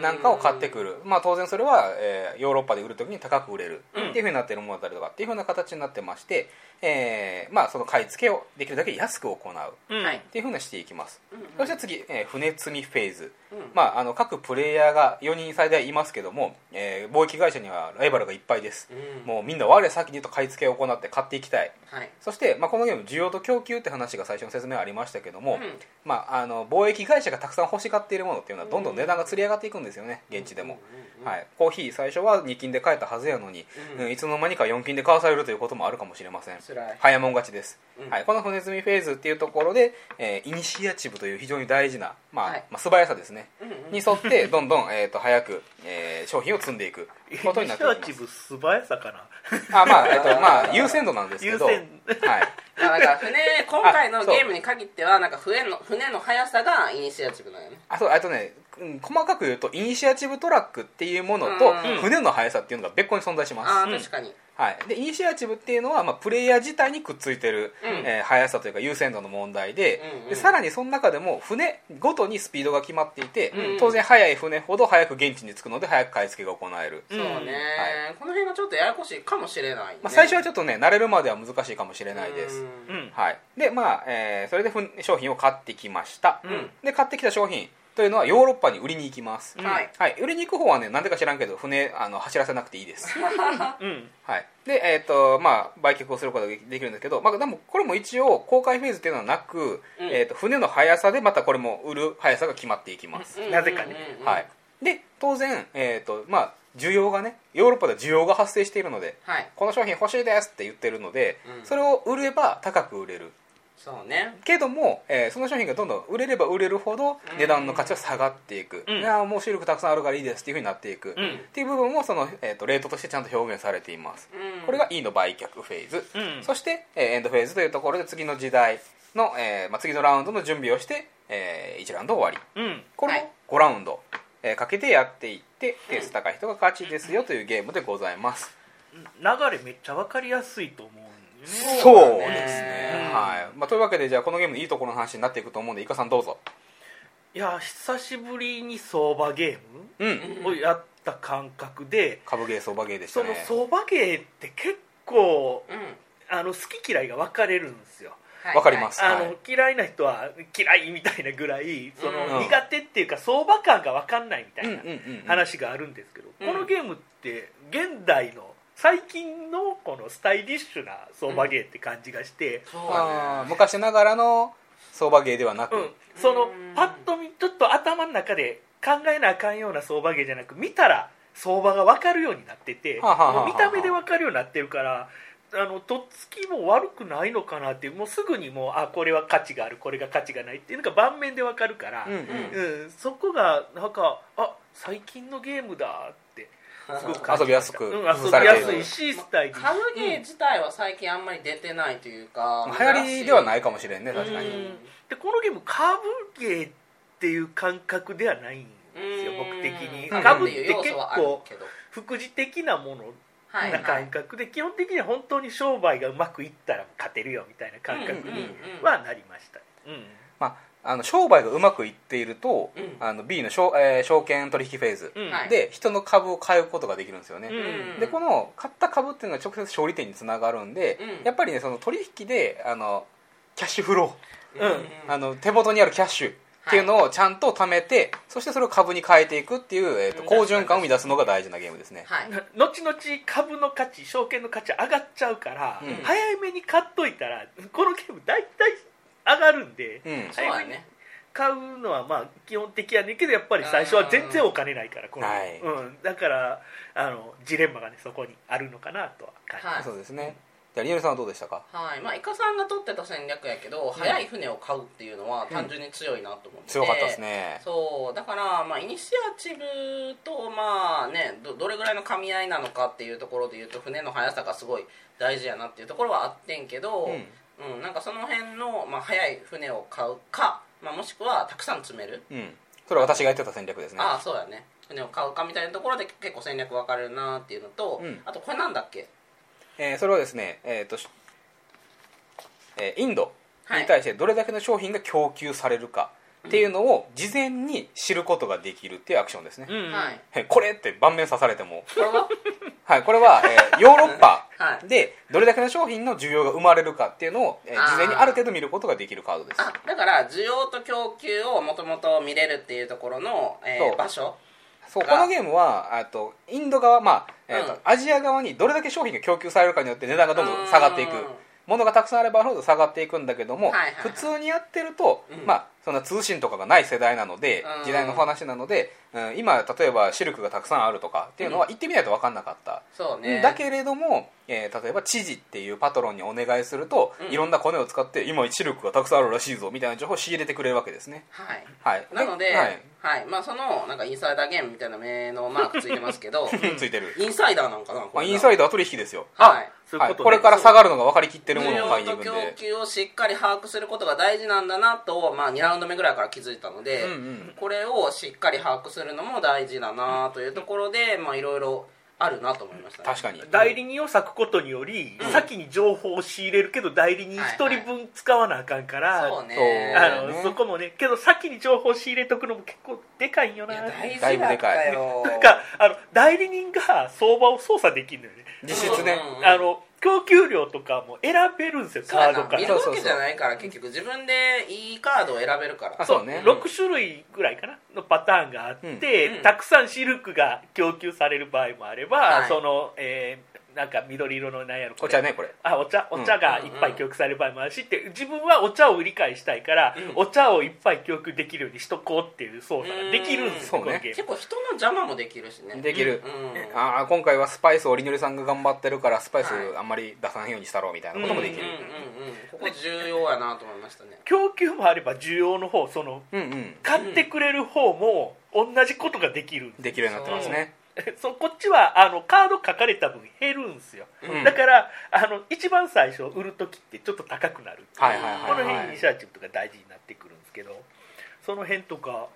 [SPEAKER 3] なんかを買ってくる、まあ、当然それは、えーヨーロッパで売るときに高く売れる
[SPEAKER 2] うん
[SPEAKER 3] っていうふうになってるものだったりとかっていうふうな形になってまして、えーまあ、その買い付けをできるだけ安く行うっ
[SPEAKER 1] うん
[SPEAKER 2] はい
[SPEAKER 3] ていうふうにしていきます、
[SPEAKER 2] うんうん
[SPEAKER 3] そして次、えー船積みフェーズ、
[SPEAKER 2] うん
[SPEAKER 3] まあ、あの各プレイヤーが4人最大いますけども、えー貿易会社にはライバルがいっぱいです、
[SPEAKER 2] うん
[SPEAKER 3] もうみんな我先にと買い付けを行って買っていきたい
[SPEAKER 2] はい
[SPEAKER 3] そして、まあ、このゲーム需要と供給って話が最初の説明ありましたけども、
[SPEAKER 2] うん
[SPEAKER 3] まあ、あの貿易会社がたくさん欲しがっているものっていうのはどんどん値段がつり上がっていくんですよね現地でも、
[SPEAKER 2] うんうん
[SPEAKER 3] はい、コーヒー最初は2金で買えたはずやのに、
[SPEAKER 2] う
[SPEAKER 3] うんんいつの間にか4金で買わされるということもあるかもしれません
[SPEAKER 2] 辛い
[SPEAKER 3] 早もん勝ちです、
[SPEAKER 2] うん
[SPEAKER 3] はい、この船積みフェーズっていうところで、えーイニシアチブという非常に大事な、まあ
[SPEAKER 2] はい
[SPEAKER 3] まあ、素早さですね
[SPEAKER 2] うんうん
[SPEAKER 3] に沿ってどんどん、えー、と早く、えー商品を積んでいくことになってい
[SPEAKER 1] イニシア
[SPEAKER 3] き
[SPEAKER 1] チ
[SPEAKER 3] ます
[SPEAKER 1] ブ素早さかな
[SPEAKER 3] あ、まあえーとまあ、優先度なんですけど
[SPEAKER 1] 優先
[SPEAKER 3] はい
[SPEAKER 2] だから
[SPEAKER 3] <laughs>
[SPEAKER 2] 船今回の
[SPEAKER 3] そう
[SPEAKER 2] ゲームに限ってはなんか船の船の速さがイニシアチブなんよね
[SPEAKER 3] あそうあとね、うん細かく言うとイニシアチブトラックっていうものと
[SPEAKER 2] うん
[SPEAKER 3] 船の速さっていうのが別個に存在します、
[SPEAKER 2] ああ
[SPEAKER 1] うん
[SPEAKER 2] 確かに
[SPEAKER 3] はい、でイニシアチブっていうのは、まあ、プレイヤー自体にくっついてる、
[SPEAKER 2] うん
[SPEAKER 3] えー速さというか優先度の問題で,、
[SPEAKER 2] うんうん
[SPEAKER 3] でさらにその中でも船ごとにスピードが決まっていて、
[SPEAKER 2] うん
[SPEAKER 3] 当然速い船ほど早く現地に着くので早く買い付けが行える、
[SPEAKER 1] うん
[SPEAKER 2] そうねこの辺がちょっとややこしいかもしれないね
[SPEAKER 3] まあ、最初はちょっとね慣れるまでは難しいかもしれないです、
[SPEAKER 2] うん
[SPEAKER 1] うん
[SPEAKER 3] はい、でまあ、えーそれでふん商品を買ってきました、
[SPEAKER 2] ん
[SPEAKER 3] で買ってきた商品というのはヨーロッパに売りに行きます、
[SPEAKER 1] うん
[SPEAKER 2] はい
[SPEAKER 3] はい、売りに行く方はねなんでか知らんけど船あの走らせなくていいです
[SPEAKER 1] うん
[SPEAKER 3] はい、で、えーとまあ、売却をすることができるんですけど、まあ、でもこれも一応公開フェーズっていうのはなく、
[SPEAKER 2] うん
[SPEAKER 3] えー、と船の速さでまたこれも売る速さが決まっていきます、
[SPEAKER 2] うん
[SPEAKER 1] なぜかね
[SPEAKER 2] うんうんうん
[SPEAKER 3] はい、で当然、えーとまあ、需要がねヨーロッパでは需要が発生しているので
[SPEAKER 2] はい
[SPEAKER 3] この商品欲しいですって言ってるので、
[SPEAKER 2] うん
[SPEAKER 3] それを売れば高く売れる
[SPEAKER 2] そうね
[SPEAKER 3] けども、えーその商品がどんどん売れれば売れるほど値段の価値は下がっていく、
[SPEAKER 1] うん
[SPEAKER 3] ああもうシルクたくさんあるからいいですっていうふうになっていく、
[SPEAKER 1] うん
[SPEAKER 3] っていう部分もその、えー、とレートとしてちゃんと表現されています、
[SPEAKER 2] うん
[SPEAKER 3] これが E の売却フェーズ、
[SPEAKER 1] うん
[SPEAKER 3] そして、えーエンドフェーズというところで次の時代の、えーまあ、次のラウンドの準備をして、え1ラウンド終わり
[SPEAKER 1] うん
[SPEAKER 3] こ
[SPEAKER 2] は
[SPEAKER 3] れ
[SPEAKER 2] い
[SPEAKER 3] も5ラウンド、えーかけてやっていって点数高い人が勝ちですよというゲームでございます、
[SPEAKER 1] 流れめっちゃ分かりやすいと思うんでね
[SPEAKER 3] そう
[SPEAKER 2] だね
[SPEAKER 3] ですね、
[SPEAKER 1] うん
[SPEAKER 3] はいまあ、というわけでじゃあこのゲームのいいところの話になっていくと思うんでいかさんどうぞ
[SPEAKER 1] いや久しぶりに相場ゲ
[SPEAKER 3] う
[SPEAKER 1] ー
[SPEAKER 3] ん
[SPEAKER 1] ムをやった感覚で、
[SPEAKER 3] 株ゲー相場ゲーでし
[SPEAKER 1] そ
[SPEAKER 3] た
[SPEAKER 1] の
[SPEAKER 3] ね
[SPEAKER 1] 相場ゲーって結構
[SPEAKER 2] うん
[SPEAKER 1] あの好き嫌いが分かれるんですよ
[SPEAKER 2] はい
[SPEAKER 3] わかります
[SPEAKER 1] あの、
[SPEAKER 3] はい
[SPEAKER 1] 嫌いな人は嫌いみたいなぐらいその、
[SPEAKER 3] うん
[SPEAKER 1] 苦手っていうか相場感が分かんないみた
[SPEAKER 3] うん
[SPEAKER 1] い
[SPEAKER 3] うん
[SPEAKER 1] な
[SPEAKER 3] うんうん
[SPEAKER 1] 話があるんですけど、
[SPEAKER 2] うん
[SPEAKER 1] このゲームって現代の最近のこのスタイリッシュな相場ゲーって感じがして、
[SPEAKER 2] そう
[SPEAKER 3] あ
[SPEAKER 2] だ
[SPEAKER 3] ー
[SPEAKER 2] ね
[SPEAKER 3] 昔ながらの相場ゲーではなく、
[SPEAKER 1] うん、その
[SPEAKER 2] うん
[SPEAKER 1] パッと見ちょっと頭の中で考えなあかんような相場芸じゃなく見たら相場が分かるようになってて
[SPEAKER 3] はあはあはあはあ
[SPEAKER 1] もう見た目で分かるようになってるからあのとっつきも悪くないのかなってもうすぐにもうあこれは価値があるこれが価値がないっていうのが盤面で分かるから、
[SPEAKER 3] うんうん
[SPEAKER 1] うんそこがなんかあ最近のゲームだってすごく感じました
[SPEAKER 3] 遊びやすく
[SPEAKER 1] うん、
[SPEAKER 3] 工夫
[SPEAKER 1] 遊
[SPEAKER 3] さ
[SPEAKER 1] び
[SPEAKER 3] れ
[SPEAKER 1] や
[SPEAKER 3] ている
[SPEAKER 1] すいしスタイリッシュ
[SPEAKER 2] カムゲー自体は最近あんまり出てないというか、
[SPEAKER 3] 流行りではないいかもしれんね確かに、
[SPEAKER 2] うん
[SPEAKER 1] でこのゲームカブゲーっていう感覚ではないんですよ僕的に
[SPEAKER 3] うん
[SPEAKER 1] カ
[SPEAKER 2] カ
[SPEAKER 1] ブっ
[SPEAKER 2] ブってて
[SPEAKER 1] 結
[SPEAKER 2] 結
[SPEAKER 1] 構
[SPEAKER 2] 構
[SPEAKER 1] 副次的なもの
[SPEAKER 2] はい
[SPEAKER 1] な感覚で基本的には本当に商売がうまくいったら勝てるよみたいな感覚にはなりました
[SPEAKER 3] まあ、あの商売がうまくいっていると、
[SPEAKER 2] うん
[SPEAKER 3] あの B の証,、えー証券取引フェーズ
[SPEAKER 1] うん
[SPEAKER 2] はい
[SPEAKER 3] で人の株を買うことができるんですよね、
[SPEAKER 1] うん
[SPEAKER 3] でこの買った株っていうのが直接勝利点につながるんで、
[SPEAKER 2] うん
[SPEAKER 3] やっぱりねその取引であのキャッシュフロ
[SPEAKER 1] うん
[SPEAKER 3] ー、あの手元にあるキャッシュっていうのをちゃんと貯めて、そしてそれを株に変えていくっていう、えーと
[SPEAKER 2] うん
[SPEAKER 3] 好循環を生み出すのが大事なゲームですね、
[SPEAKER 2] はい
[SPEAKER 1] うん後々株の価値証券の価値上がっちゃうから、
[SPEAKER 3] うん
[SPEAKER 1] 早めに買っといたらこのゲーム大体上がるんで
[SPEAKER 3] うん
[SPEAKER 2] そうだね
[SPEAKER 1] 買うのはまあ基本的やねんけどやっぱり最初は全然お金ないからこの、
[SPEAKER 3] はい
[SPEAKER 1] うん、だからあのジレンマがねそこにあるのかなとは感じます、
[SPEAKER 2] はい
[SPEAKER 3] そうですねじゃありのりさんはどうでしたか
[SPEAKER 2] はいまあイカさんが取ってた戦略やけど、早い船を買うっていうのは単純に強いなと思って、
[SPEAKER 3] 強かったですね
[SPEAKER 2] そうだから、まあ、イニシアチブと、まあね、どどれぐらいの噛み合いなのかっていうところでいうと船の速さがすごい大事やなっていうところはあってんけど、うんなんかその辺の、まあ、速い船を買うか、まあ、もしくはたくさん詰める、
[SPEAKER 3] うん、それは私が言ってた戦略ですね
[SPEAKER 2] ああそうやね船を買うかみたいなところで結構戦略分かれるなっていうのと、
[SPEAKER 3] うん
[SPEAKER 2] あとこれなんだっけ
[SPEAKER 3] えーそれはですね、えーとしえーインド
[SPEAKER 2] はい
[SPEAKER 3] に対してどれだけの商品が供給されるかっていうのを事前に知ることができるっていうアクションですね、
[SPEAKER 1] うん
[SPEAKER 2] はい
[SPEAKER 3] えこれって盤面刺されても、
[SPEAKER 2] これは
[SPEAKER 3] はい、これは、 <laughs> えーヨーロッパ
[SPEAKER 2] は
[SPEAKER 3] でどれだけの商品の需要が生まれるかっていうのを、えー
[SPEAKER 2] あー
[SPEAKER 3] 事前にある程度見ることができるカードです
[SPEAKER 2] あだから需要と供給をもともと見れるっていうところの、え
[SPEAKER 3] そう
[SPEAKER 2] ー、場所
[SPEAKER 3] そう
[SPEAKER 2] あ
[SPEAKER 3] このゲームはあとインド側、まあえーと
[SPEAKER 2] うん
[SPEAKER 3] アジア側にどれだけ商品が供給されるかによって値段がどんどん下がっていく
[SPEAKER 2] うん
[SPEAKER 3] ものがたくさんあればあるほど下がっていくんだけども、
[SPEAKER 2] はいはいはい
[SPEAKER 3] 普通にやってると、
[SPEAKER 2] うん
[SPEAKER 3] まあ、そんな通信とかがない世代なので、
[SPEAKER 2] うん
[SPEAKER 3] 時代の話なので、うん、今例えばシルクがたくさんあるとかっていうのは行ってみないと分かんなかった、
[SPEAKER 2] そうね
[SPEAKER 3] だけれども、えー例えば知事っていうパトロンにお願いすると、
[SPEAKER 2] うん
[SPEAKER 3] いろんなコネを使って今シルクがたくさんあるらしいぞみたいな情報を仕入れてくれるわけですね。
[SPEAKER 2] はい
[SPEAKER 3] はい、
[SPEAKER 2] なので、は
[SPEAKER 3] はいい、
[SPEAKER 2] まあ、そのなんかインサイダーゲームみたいな名のマークついてますけど
[SPEAKER 3] <laughs> ついてる、
[SPEAKER 2] <laughs> インサイダーなんかなこ
[SPEAKER 3] まあ、
[SPEAKER 2] れ
[SPEAKER 3] イ
[SPEAKER 2] が
[SPEAKER 3] ンサイダー取引ですよ、
[SPEAKER 2] はい
[SPEAKER 1] そういう
[SPEAKER 3] は
[SPEAKER 1] こ
[SPEAKER 3] い、
[SPEAKER 1] とね
[SPEAKER 3] これから下がるのが分かりきってるも
[SPEAKER 2] 需
[SPEAKER 3] のを買い
[SPEAKER 2] 要
[SPEAKER 3] に行
[SPEAKER 2] と
[SPEAKER 3] く
[SPEAKER 2] 供
[SPEAKER 3] んで、
[SPEAKER 2] 給をしっかり把握することが大事なんだなと、まあ、2ラウンド目ぐらいから気づいたので、
[SPEAKER 3] うんうん
[SPEAKER 2] これをしっかり把握するのも大事だなというところでまあいろいろあるなと思いました、ね、
[SPEAKER 3] 確かに
[SPEAKER 1] 代理人を割くことにより、
[SPEAKER 2] うん
[SPEAKER 1] 先に情報を仕入れるけど代理人1人分使わなあかんから、
[SPEAKER 2] そうね
[SPEAKER 3] そう
[SPEAKER 1] あの
[SPEAKER 3] ね
[SPEAKER 1] そこもねけど先に情報仕入れとくのも結構でかいんよ
[SPEAKER 2] いや
[SPEAKER 1] な
[SPEAKER 2] 大事だったよ
[SPEAKER 1] なんかあの代理人が相場を操作できるのよね、
[SPEAKER 3] 実質ね、
[SPEAKER 2] うん
[SPEAKER 1] あの供給量とかも選べるんですよ
[SPEAKER 2] そう
[SPEAKER 1] カ
[SPEAKER 2] や
[SPEAKER 1] ード
[SPEAKER 2] な
[SPEAKER 1] か
[SPEAKER 2] 見
[SPEAKER 1] ら
[SPEAKER 2] る
[SPEAKER 1] そう
[SPEAKER 2] わけじゃないから結局自分でいいカードを選べるから
[SPEAKER 3] あそうね
[SPEAKER 1] 6種類ぐらいかなのパターンがあって、
[SPEAKER 2] うんうん
[SPEAKER 1] たくさんシルクが供給される場合もあれば、
[SPEAKER 2] はい
[SPEAKER 1] その、えーなんか緑色のなんやろ
[SPEAKER 3] お茶ねこれ
[SPEAKER 1] あお茶お茶がいっぱい記憶される場合もあるしって自分はお茶を理解したいから、
[SPEAKER 2] うん
[SPEAKER 1] お茶をいっぱい記憶できるようにしとこうっていう操作ができるんですよ
[SPEAKER 3] うん
[SPEAKER 1] この
[SPEAKER 3] そうね
[SPEAKER 1] ゲー
[SPEAKER 2] 結
[SPEAKER 1] ム
[SPEAKER 2] 構人の邪魔もできるしね
[SPEAKER 3] できる
[SPEAKER 2] うんうん
[SPEAKER 3] ああ今回はスパイスをりのりさんが頑張ってるからスパイス
[SPEAKER 2] はい
[SPEAKER 3] あんまり出さないようにしたろうみたいなこともできる
[SPEAKER 2] うんうんうんうんここ重要やなと思いましたね
[SPEAKER 1] 供給もあれば需要の方その
[SPEAKER 3] うんうん
[SPEAKER 1] 買ってくれる方も同じことができるんで
[SPEAKER 3] できるようになってますね
[SPEAKER 1] <laughs> そうこっちはあのカード書かれた分減るんですよ、
[SPEAKER 2] うん
[SPEAKER 1] だからあの一番最初売る時ってちょっと高くなるっていう
[SPEAKER 3] はいはい
[SPEAKER 1] この
[SPEAKER 3] はいは
[SPEAKER 1] 辺イニ
[SPEAKER 3] い
[SPEAKER 1] シアチブとか大事になってくるんですけどその辺とか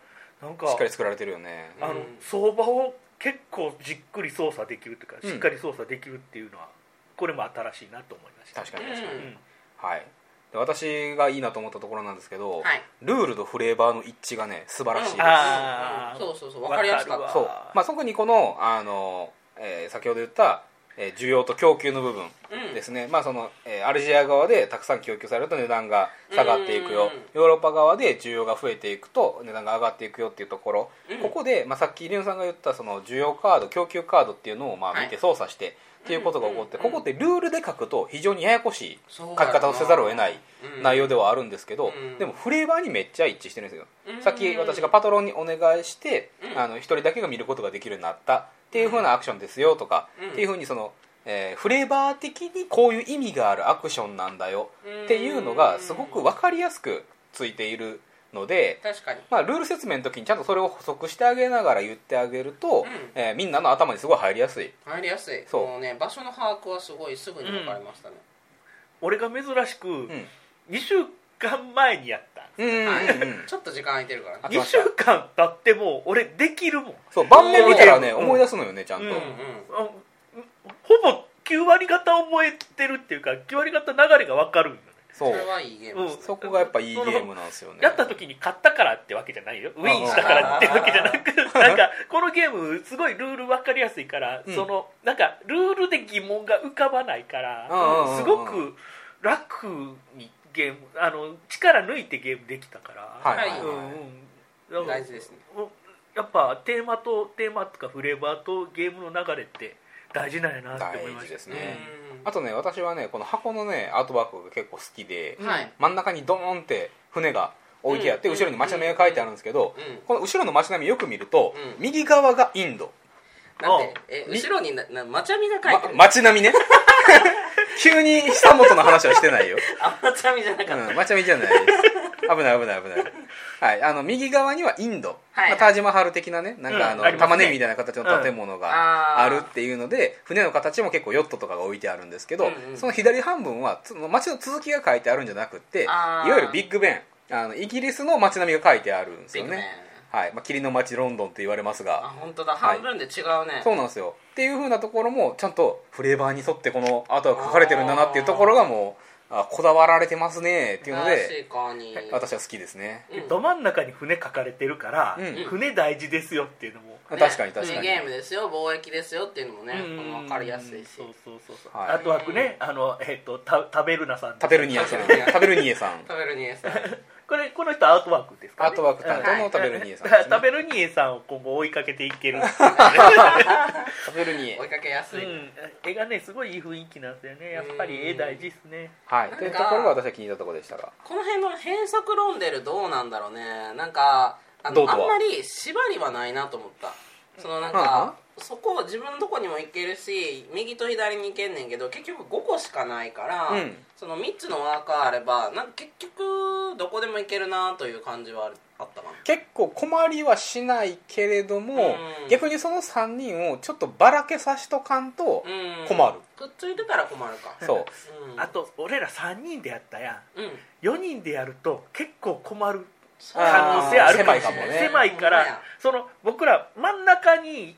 [SPEAKER 1] なんか
[SPEAKER 3] しっかり作られてるよね
[SPEAKER 1] あの、
[SPEAKER 2] うん
[SPEAKER 1] 相場を結構じっくり操作できるというか
[SPEAKER 3] うん
[SPEAKER 1] しっかり操作できるっていうのは、これも新しいなと思いました
[SPEAKER 3] 確かに
[SPEAKER 2] うん
[SPEAKER 3] 確かに
[SPEAKER 1] うん
[SPEAKER 3] はいで私がいいなと思ったところなんですけど
[SPEAKER 2] はい
[SPEAKER 3] ルールとフレーバーの一致がね素晴らしいです
[SPEAKER 1] うんあー
[SPEAKER 2] うんそうそうそう分かりやすかっ
[SPEAKER 1] わ
[SPEAKER 2] た
[SPEAKER 1] か
[SPEAKER 3] そうまあ特にこのあの、えー先ほど言った、えー需要と供給の部分
[SPEAKER 2] うん
[SPEAKER 3] ですね、まあその、えーアルジア側でたくさん供給されると値段が下がっていく
[SPEAKER 2] うん
[SPEAKER 3] よヨーロッパ側で需要が増えていくと値段が上がっていくよっていうところ、
[SPEAKER 2] うん
[SPEAKER 3] ここで、まあ、さっきリュウさんが言ったその需要カード供給カードっていうのをまあ
[SPEAKER 2] はい
[SPEAKER 3] 見て操作して、っていうことが起こって、
[SPEAKER 2] うんうんうん
[SPEAKER 3] ここってルールで書くと非常にややこしい
[SPEAKER 2] 書
[SPEAKER 3] 書き方をせざるを得ない内容ではあるんですけど、
[SPEAKER 2] うん
[SPEAKER 3] でもフレーバーにめっちゃ一致してるんですよ、
[SPEAKER 2] うん
[SPEAKER 3] さっき私がパトロンにお願いして
[SPEAKER 2] うん
[SPEAKER 3] あの一人だけが見ることができるようになったっていう風なアクションですよとか、
[SPEAKER 2] うん
[SPEAKER 3] っていう風にその、えーフレーバー的にこういう意味があるアクションなんだよっていうのがすごく分かりやすくついているので、
[SPEAKER 2] 確かに
[SPEAKER 3] まあ、ルール説明の時にちゃんとそれを補足してあげながら言ってあげると、
[SPEAKER 2] うん
[SPEAKER 3] えーみんなの頭にすごい入りやすい
[SPEAKER 2] 入りやすい
[SPEAKER 3] そう
[SPEAKER 2] もうね場所の把握はすごいすぐに分かりましたね
[SPEAKER 1] 俺が珍しく
[SPEAKER 3] うん
[SPEAKER 1] 2週間前にやった
[SPEAKER 3] うんうんうん
[SPEAKER 2] はい
[SPEAKER 3] うん
[SPEAKER 2] ちょっと時間空いてるからね
[SPEAKER 3] あ
[SPEAKER 1] 2週間経っても俺できるもん
[SPEAKER 3] そう盤面見たらね
[SPEAKER 1] うん
[SPEAKER 3] 思い出すのよねちゃんと、
[SPEAKER 1] う
[SPEAKER 2] うんうん
[SPEAKER 1] あほぼ9割方覚えてるっていうか9割方流れが分かるんよね
[SPEAKER 2] そ
[SPEAKER 3] そう
[SPEAKER 2] れはいいゲームです
[SPEAKER 3] そこがやっぱいいゲームなんですよね
[SPEAKER 1] やった時に買ったからってわけじゃないよウィンしたからってわけじゃな
[SPEAKER 3] <laughs>
[SPEAKER 1] くなんかこのゲームすごいルール分かりやすいから、
[SPEAKER 3] うん
[SPEAKER 1] そのなんかルールで疑問が浮かばないから、
[SPEAKER 3] うんうんうんうん
[SPEAKER 1] すごく楽にゲームあの力抜いてゲームできたから、
[SPEAKER 3] はいはい、
[SPEAKER 2] は
[SPEAKER 3] はいい
[SPEAKER 1] うんうん、
[SPEAKER 2] 大事ですね
[SPEAKER 1] やっぱテーマとテーマとかフレーバーとゲームの流れって大事なんやなって思いま
[SPEAKER 3] 大
[SPEAKER 1] し
[SPEAKER 3] 事
[SPEAKER 1] た
[SPEAKER 3] ですね
[SPEAKER 2] うん
[SPEAKER 3] あとね私はねこの箱のねアートワークが結構好きで、
[SPEAKER 2] はい
[SPEAKER 3] 真ん中にドーンって船が置いてあって、
[SPEAKER 2] うん
[SPEAKER 3] 後ろに街並みが書いてあるんですけど、
[SPEAKER 2] うん
[SPEAKER 3] この後ろの街並みよく見ると、
[SPEAKER 2] うん
[SPEAKER 3] 右側がインド、
[SPEAKER 2] なんでえ後ろになな町並みが書いて
[SPEAKER 3] ま
[SPEAKER 2] る
[SPEAKER 3] 街並みね <laughs> 急に久本の話はしてないよ、
[SPEAKER 2] あ町並みじゃなかっ
[SPEAKER 3] うん、街並みじゃない
[SPEAKER 2] <laughs>
[SPEAKER 3] です危ない危ない危ないはい、あの右側にはインド、
[SPEAKER 2] はい
[SPEAKER 3] まあ、タージマハル的なねなんかあの、
[SPEAKER 1] うんありますね
[SPEAKER 3] 玉ねぎみたいな形の建物
[SPEAKER 2] た
[SPEAKER 3] が
[SPEAKER 2] あ
[SPEAKER 3] あ
[SPEAKER 2] ー
[SPEAKER 3] るっていうので船の形も結構ヨットとかが置いてあるんですけど、
[SPEAKER 2] うんうん
[SPEAKER 3] その左半分はつ街の続きが書いてあるんじゃなくってい
[SPEAKER 2] あ
[SPEAKER 3] わ
[SPEAKER 2] ー
[SPEAKER 3] ゆるビッグベンあのイギリスの街並みが書いてあるんです
[SPEAKER 2] ビッ
[SPEAKER 3] よ
[SPEAKER 2] グね
[SPEAKER 3] ね、はいまあ、霧の街ロンドンって言われます
[SPEAKER 2] あ
[SPEAKER 3] が
[SPEAKER 2] 本当だ
[SPEAKER 3] はい
[SPEAKER 2] 半分で違うね
[SPEAKER 3] そうなんですよっていうふうなところもちゃんとフレーバーに沿ってこのアートが書かれてるんだなっていうところがもうあこだわられてますねっていうので
[SPEAKER 2] 確かに
[SPEAKER 3] 私は好きですね
[SPEAKER 2] うん
[SPEAKER 1] ど真ん中に船書かれてるから、
[SPEAKER 3] うん
[SPEAKER 1] 船大事ですよっていうのも、
[SPEAKER 3] 確
[SPEAKER 2] ね
[SPEAKER 3] かに確か
[SPEAKER 2] フリ
[SPEAKER 3] に
[SPEAKER 2] ーゲームですよ貿易ですよっていうのもね分かりやすいし
[SPEAKER 1] そうそうそうそう、
[SPEAKER 3] はい
[SPEAKER 1] あとはねあの、えっとた食べるなさん
[SPEAKER 3] タベルニエさん
[SPEAKER 2] タベルニエ
[SPEAKER 3] タベルニエさん
[SPEAKER 2] 食べるにエさん
[SPEAKER 1] これこの人アートワークですか、ね、
[SPEAKER 3] アートワーク担当のタベルニエさん、ですね
[SPEAKER 1] 食べるにえさんを今後追いかけていける、
[SPEAKER 3] タベルニエ
[SPEAKER 2] 追いかけや
[SPEAKER 1] う
[SPEAKER 2] すい
[SPEAKER 1] ん、絵がねすごいいい雰囲気なんですよねやっぱり絵大事ですね
[SPEAKER 3] はい
[SPEAKER 2] なんか
[SPEAKER 3] というところが私は気に入ったところでしたが
[SPEAKER 2] この辺の変則ロンデルどうなんだろうねなんかあ
[SPEAKER 3] どう
[SPEAKER 2] の
[SPEAKER 3] と
[SPEAKER 2] あん
[SPEAKER 3] は
[SPEAKER 2] まり縛りはないなと思ったそのなん
[SPEAKER 3] うんうん
[SPEAKER 2] かそこを自分のとこにも行けるし右と左に行けんねんけど結局5個しかないから、
[SPEAKER 3] うん
[SPEAKER 2] その3つのワーカーあればなんか結局どこでも行けるなという感じはあるあったかな
[SPEAKER 3] 結構困りはしないけれども、
[SPEAKER 2] うん
[SPEAKER 3] 逆にその3人をちょっとばらけさしとかんと、
[SPEAKER 2] うん
[SPEAKER 3] 困る
[SPEAKER 2] くっついてたら困るか
[SPEAKER 3] そう
[SPEAKER 2] う、ん、
[SPEAKER 1] あと俺ら3人でやったやん
[SPEAKER 2] う
[SPEAKER 1] 4
[SPEAKER 2] ん
[SPEAKER 1] 人でやると結構困る
[SPEAKER 2] そう
[SPEAKER 1] 可能性あるかもしれない
[SPEAKER 3] あー狭いかもね
[SPEAKER 1] 狭いからその僕ら真ん中に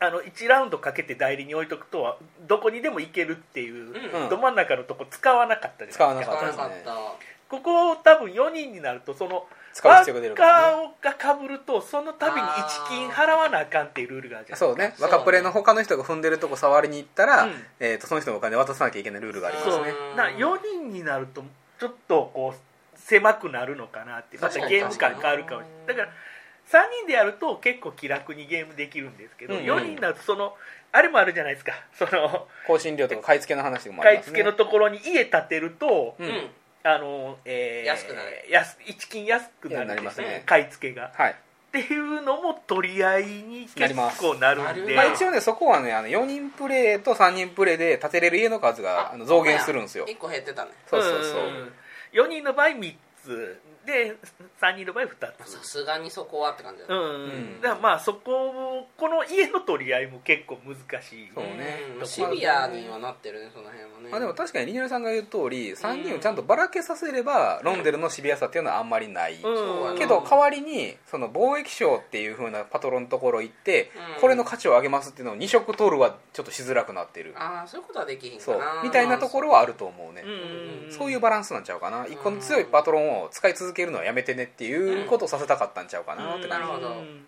[SPEAKER 1] あの1ラウンドかけて代理に置いとくとどこにでも行けるっていう、
[SPEAKER 2] うん
[SPEAKER 1] ど真ん中のとこ使わなかったじゃないです
[SPEAKER 2] 使
[SPEAKER 1] か
[SPEAKER 2] わな
[SPEAKER 3] 使
[SPEAKER 2] か
[SPEAKER 3] わ
[SPEAKER 2] っ
[SPEAKER 3] なかった
[SPEAKER 2] た
[SPEAKER 1] ここ多分4人になるとその
[SPEAKER 3] 使う
[SPEAKER 1] ワ
[SPEAKER 3] 必要が出
[SPEAKER 1] ッ
[SPEAKER 3] る
[SPEAKER 1] カ
[SPEAKER 3] から、ね、
[SPEAKER 1] ーがかぶるとその度に1金払わなあかんっていうルールがあるじゃない
[SPEAKER 3] そうね
[SPEAKER 2] そう
[SPEAKER 3] 若プレの他の人が踏んでるとこ触りに行ったら、
[SPEAKER 1] うん
[SPEAKER 3] えー、とその人のお金渡さなきゃいけないルールがあります
[SPEAKER 1] そ
[SPEAKER 3] ね
[SPEAKER 1] うな4人になるとちょっとこう狭くなるのかなってまた
[SPEAKER 2] 確かに
[SPEAKER 1] ゲーム感変わるかもしれないだから3人でやると結構気楽にゲームできるんですけど、
[SPEAKER 3] うんうん
[SPEAKER 1] 4人だとそのあれもあるじゃないですかその
[SPEAKER 3] 更新料とか買い付けの話もあ
[SPEAKER 1] 買
[SPEAKER 3] り
[SPEAKER 1] い
[SPEAKER 3] ます
[SPEAKER 1] 付け
[SPEAKER 3] ね
[SPEAKER 1] のところに家建てると、
[SPEAKER 3] う
[SPEAKER 2] うん
[SPEAKER 3] ん、
[SPEAKER 1] あのえー
[SPEAKER 2] 安くなる
[SPEAKER 1] 安一金安くなるん
[SPEAKER 3] なり
[SPEAKER 1] で
[SPEAKER 3] ます
[SPEAKER 1] すね
[SPEAKER 3] ね
[SPEAKER 1] 買い付けが
[SPEAKER 3] はい
[SPEAKER 1] っていうのも取り合いに結構なるんで
[SPEAKER 2] な
[SPEAKER 3] まあ、
[SPEAKER 2] ります
[SPEAKER 3] 一応ねそこはねあの4人プレイと3人プレイで建てれる家の数があの増減するんですよ
[SPEAKER 2] 1個減ってたね
[SPEAKER 3] そうそうそう、
[SPEAKER 1] ん4人の場合3つで3人の場合2つ
[SPEAKER 2] さすがにそこはって感じだった
[SPEAKER 1] うん、
[SPEAKER 3] ん
[SPEAKER 1] だからまあそこをこの家の取り合いも結構難しい
[SPEAKER 3] そうね
[SPEAKER 2] んシビアにはなってるねその辺はね
[SPEAKER 3] まあ、でも確かにりのりさんが言う通り3人をちゃんとばらけさせればロンデルのシビアさっていうのはあんまりない、
[SPEAKER 2] うん
[SPEAKER 3] けど代わりにその貿易商っていう風なパトロンのところ行って、
[SPEAKER 2] うん
[SPEAKER 3] これの価値を上げますっていうのを2色取るはちょっとしづらくなってる
[SPEAKER 2] ああそういうことはできひん
[SPEAKER 3] そ
[SPEAKER 2] か
[SPEAKER 3] う
[SPEAKER 2] な
[SPEAKER 3] みたいなところはあると思うね、
[SPEAKER 1] うん
[SPEAKER 3] そういうバランスなんちゃうかな一個の
[SPEAKER 2] うん
[SPEAKER 3] 強いパトロンを使い続けるのはやめてねっていうことをさせたかったんちゃうかなって
[SPEAKER 2] な
[SPEAKER 3] 感
[SPEAKER 2] る
[SPEAKER 3] じ、
[SPEAKER 2] ほど
[SPEAKER 1] うん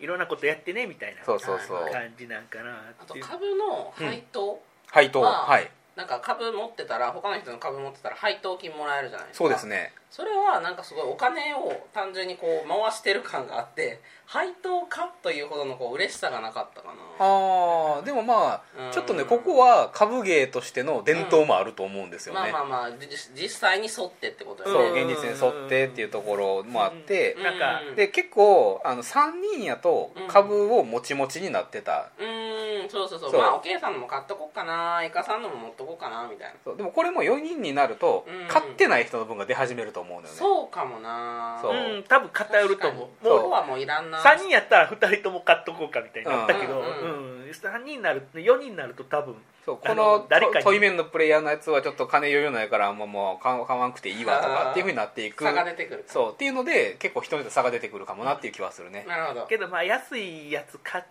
[SPEAKER 1] いろんなことやってねみたいな
[SPEAKER 3] そうそうそう
[SPEAKER 1] 感じなんかな
[SPEAKER 2] あ
[SPEAKER 1] っ
[SPEAKER 2] と
[SPEAKER 1] ていう
[SPEAKER 2] 株の配当、
[SPEAKER 3] 配当
[SPEAKER 2] まあ
[SPEAKER 3] はい
[SPEAKER 2] なんか株持ってたら他の人の株持ってたら配当金もらえるじゃないですか
[SPEAKER 3] そうですね
[SPEAKER 2] それはなんかすごいお金を単純にこう回してる感があって配当かというほどのこう嬉しさがなかったかな
[SPEAKER 3] ああでもま
[SPEAKER 2] うん
[SPEAKER 3] あちょっとねここは株芸としての伝統もあると思うんですよね、
[SPEAKER 2] まあまあまあじ実際に沿ってってこと
[SPEAKER 1] あ
[SPEAKER 2] よ
[SPEAKER 3] そう
[SPEAKER 2] ね
[SPEAKER 3] 現実に沿ってっていうところもあって、
[SPEAKER 1] うんなんか
[SPEAKER 2] うん
[SPEAKER 3] で結構あの3人やと株をもちもちになってた、
[SPEAKER 2] うーんそうそうそう
[SPEAKER 3] そう
[SPEAKER 2] まあおけいさんのも買っとこうかなイカさんのも持っとこうかなみたいな、
[SPEAKER 3] そうでもこれも4人になると、
[SPEAKER 2] うん
[SPEAKER 3] 買ってない人の分が出始めると思うのよね
[SPEAKER 2] そうかもな
[SPEAKER 3] そう
[SPEAKER 1] うん多分偏ると思う
[SPEAKER 2] も
[SPEAKER 3] そう
[SPEAKER 2] うここはもういらんな
[SPEAKER 1] 3人やったら2人とも買っとこうかみたいになったけど、
[SPEAKER 2] う
[SPEAKER 1] うん
[SPEAKER 2] うん
[SPEAKER 1] 3人になる4人になると多分
[SPEAKER 3] そうこ
[SPEAKER 1] あの
[SPEAKER 3] の
[SPEAKER 1] 誰かに
[SPEAKER 3] トイメンのプレイヤーのやつはちょっと金余裕ないからあんまもう買わ買わんくていいわと
[SPEAKER 2] あー
[SPEAKER 3] かっていうふうになっていく
[SPEAKER 2] 差が出てくる
[SPEAKER 3] そうっていうので結構人によって差が出てくるかもなっていう気はするね、
[SPEAKER 2] なるほど
[SPEAKER 1] けどまあ安いやつ買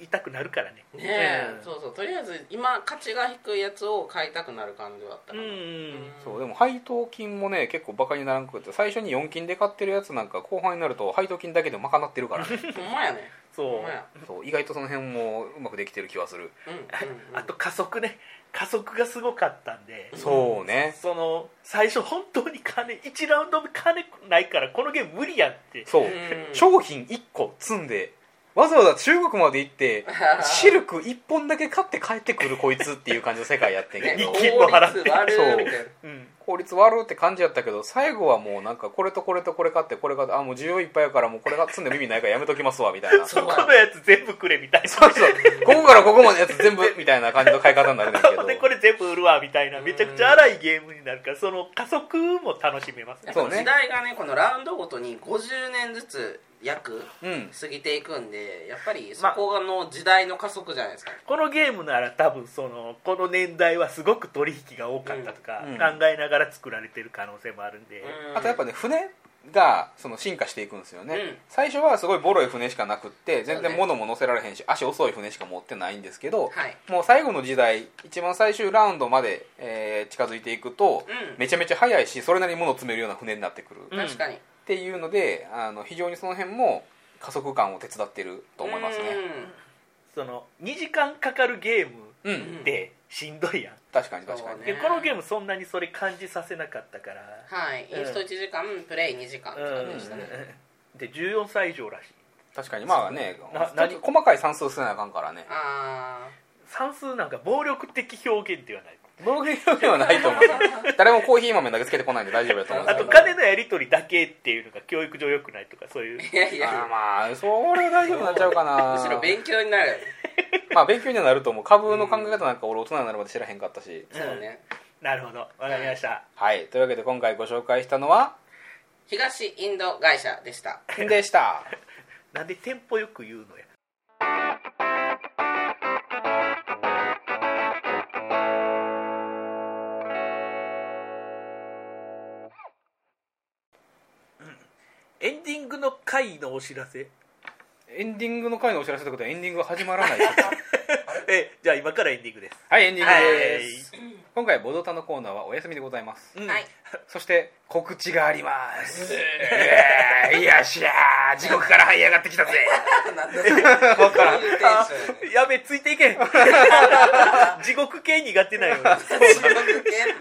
[SPEAKER 1] いたくなるからね
[SPEAKER 2] ねえ、
[SPEAKER 1] うん
[SPEAKER 2] そうそうとりあえず今価値が低いやつを買いたくなる感じはあった
[SPEAKER 1] う
[SPEAKER 2] か
[SPEAKER 1] ん
[SPEAKER 2] な、
[SPEAKER 3] そうでも配当金もね結構バカにならんくって最初に4金で買ってるやつなんか後半になると配当金だけで賄ってる
[SPEAKER 1] <laughs>
[SPEAKER 3] からね
[SPEAKER 2] ほんまやね
[SPEAKER 1] そ
[SPEAKER 2] ほ
[SPEAKER 1] うん
[SPEAKER 2] まや
[SPEAKER 3] そう意外とその辺もうまくできてる気はする
[SPEAKER 2] うんうんうん
[SPEAKER 1] あと加速ね加速がすごかったんで
[SPEAKER 3] そうね
[SPEAKER 1] その最初本当に金1ラウンド目金ないからこのゲーム無理やって
[SPEAKER 3] そううん商品1個積んでわざわざ中国まで行ってシルク1本だけ買って帰ってくるこいつっていう感じの世界やってんけ
[SPEAKER 2] ね
[SPEAKER 1] <laughs>
[SPEAKER 3] ど
[SPEAKER 1] 一気に笑って
[SPEAKER 2] 効率悪いみたいな
[SPEAKER 1] うん
[SPEAKER 3] 効率悪って感じやったけど最後はもうなんかこれとこれとこれ買ってこれ買ってあもう需要いっぱいやからもうこれが積んでも意味ないからやめときますわみ
[SPEAKER 1] <laughs>
[SPEAKER 3] たいなそう
[SPEAKER 1] そこのやつ全部くれみたいな
[SPEAKER 3] そうここからここまでのやつ全部みたいな感じの買い方になるんだけ
[SPEAKER 2] <laughs>
[SPEAKER 3] ど
[SPEAKER 1] ほんでこれ全部売るわみたいなめちゃくちゃ荒いゲームになるからその加速も楽しめますね
[SPEAKER 3] そうね
[SPEAKER 2] 時代がねこのラウンドごとに50年ずつ約
[SPEAKER 3] うん
[SPEAKER 2] 過ぎていくんでやっぱりそこの時代の加速じゃないですか、
[SPEAKER 1] このゲームなら多分そのこの年代はすごく取引が多かったとか
[SPEAKER 3] うんうん
[SPEAKER 1] 考えながら作られてる可能性もあるんで、
[SPEAKER 2] うん
[SPEAKER 3] あとやっぱね船がその進化していくんですよね、
[SPEAKER 2] うん
[SPEAKER 3] 最初はすごいボロい船しかなくって全
[SPEAKER 2] そう
[SPEAKER 3] 然
[SPEAKER 2] ね
[SPEAKER 3] 物も乗せられへんし足遅い船しか持ってないんですけど、
[SPEAKER 2] はい
[SPEAKER 3] もう最後の時代一番最終ラウンドまで、えー近づいていくと、
[SPEAKER 2] うん
[SPEAKER 3] めちゃめちゃ速いしそれなりに物を詰めるような船になってくる、
[SPEAKER 1] うん
[SPEAKER 2] 確かに
[SPEAKER 3] っていうのであの非常にその辺も加速感を手伝ってると思いますね
[SPEAKER 1] その2時間かかるゲーム
[SPEAKER 3] うん、
[SPEAKER 1] っ
[SPEAKER 2] ん
[SPEAKER 1] てしんどいやん、
[SPEAKER 3] 確かに確か
[SPEAKER 2] そ
[SPEAKER 3] に、
[SPEAKER 2] うね
[SPEAKER 1] でこのゲームそんなにそれ感じさせなかったから、
[SPEAKER 2] うんはいインスト1時間プレイ2時間って感じでしたね、
[SPEAKER 1] うん、で14歳以上らしい
[SPEAKER 3] 確かにまあね
[SPEAKER 1] な
[SPEAKER 3] ちょっと細かい算数せなあかんからね
[SPEAKER 2] あ
[SPEAKER 1] 算数なんか暴力的表現ではない
[SPEAKER 3] ボロゲームではないと思う誰もコーヒー豆投げつけてこないんで大丈夫だと思うんで
[SPEAKER 1] あ
[SPEAKER 3] すけ
[SPEAKER 1] と
[SPEAKER 3] ど
[SPEAKER 1] 金のやり取りだけっていうのが教育上良くないとかそう
[SPEAKER 2] <laughs>
[SPEAKER 1] いう
[SPEAKER 2] あいやい
[SPEAKER 3] あー
[SPEAKER 2] や
[SPEAKER 3] まあそれ大丈夫になっちゃうかな
[SPEAKER 2] むしろ勉強になる
[SPEAKER 3] まあ勉強にはなると思う株の考え方なんか俺大人になるまで知らへんかったし
[SPEAKER 2] そうね
[SPEAKER 1] なるほどわかりました
[SPEAKER 3] はいというわけで今回ご紹介したのは
[SPEAKER 2] 東インド会社で
[SPEAKER 3] <laughs>
[SPEAKER 2] した
[SPEAKER 3] んでした
[SPEAKER 1] なんでテンポよく言うのやエンディングの回のお知らせ
[SPEAKER 3] エンディングの回のお知らせということはエンディングが始ま <laughs> らないですか
[SPEAKER 1] <laughs> えじゃあ今からエンディングです
[SPEAKER 3] はいエンディングです
[SPEAKER 1] は
[SPEAKER 3] 今回ボドタのコーナーはお休みでございます
[SPEAKER 1] うん
[SPEAKER 2] はい
[SPEAKER 3] そして告知があります <laughs> いやしゃー地獄から這い上がってきたぜ
[SPEAKER 2] なんだそうからいうテンション
[SPEAKER 1] <laughs> やべついていけん地獄系苦手なよ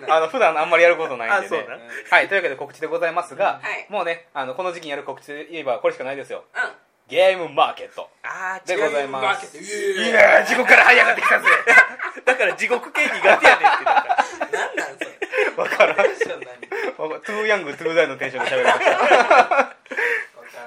[SPEAKER 3] あの普段あんまりやることないんで
[SPEAKER 1] あそ
[SPEAKER 3] ね
[SPEAKER 1] うなん
[SPEAKER 3] はいというわけで告知でございますが、
[SPEAKER 2] はい
[SPEAKER 3] もうねあのこの時期にやる告知で言えばこれしかないですよ
[SPEAKER 2] う
[SPEAKER 3] ゲームマーケット
[SPEAKER 2] あー
[SPEAKER 3] でございます
[SPEAKER 2] ゲームマーケット
[SPEAKER 1] い
[SPEAKER 2] いや
[SPEAKER 1] やー地獄から這い上がってきたぜだから地獄系苦手やねんって
[SPEAKER 2] 何なんそれ
[SPEAKER 3] わからん
[SPEAKER 2] テンション何
[SPEAKER 3] トゥーヤングトゥーダイのテンションで喋りました
[SPEAKER 2] は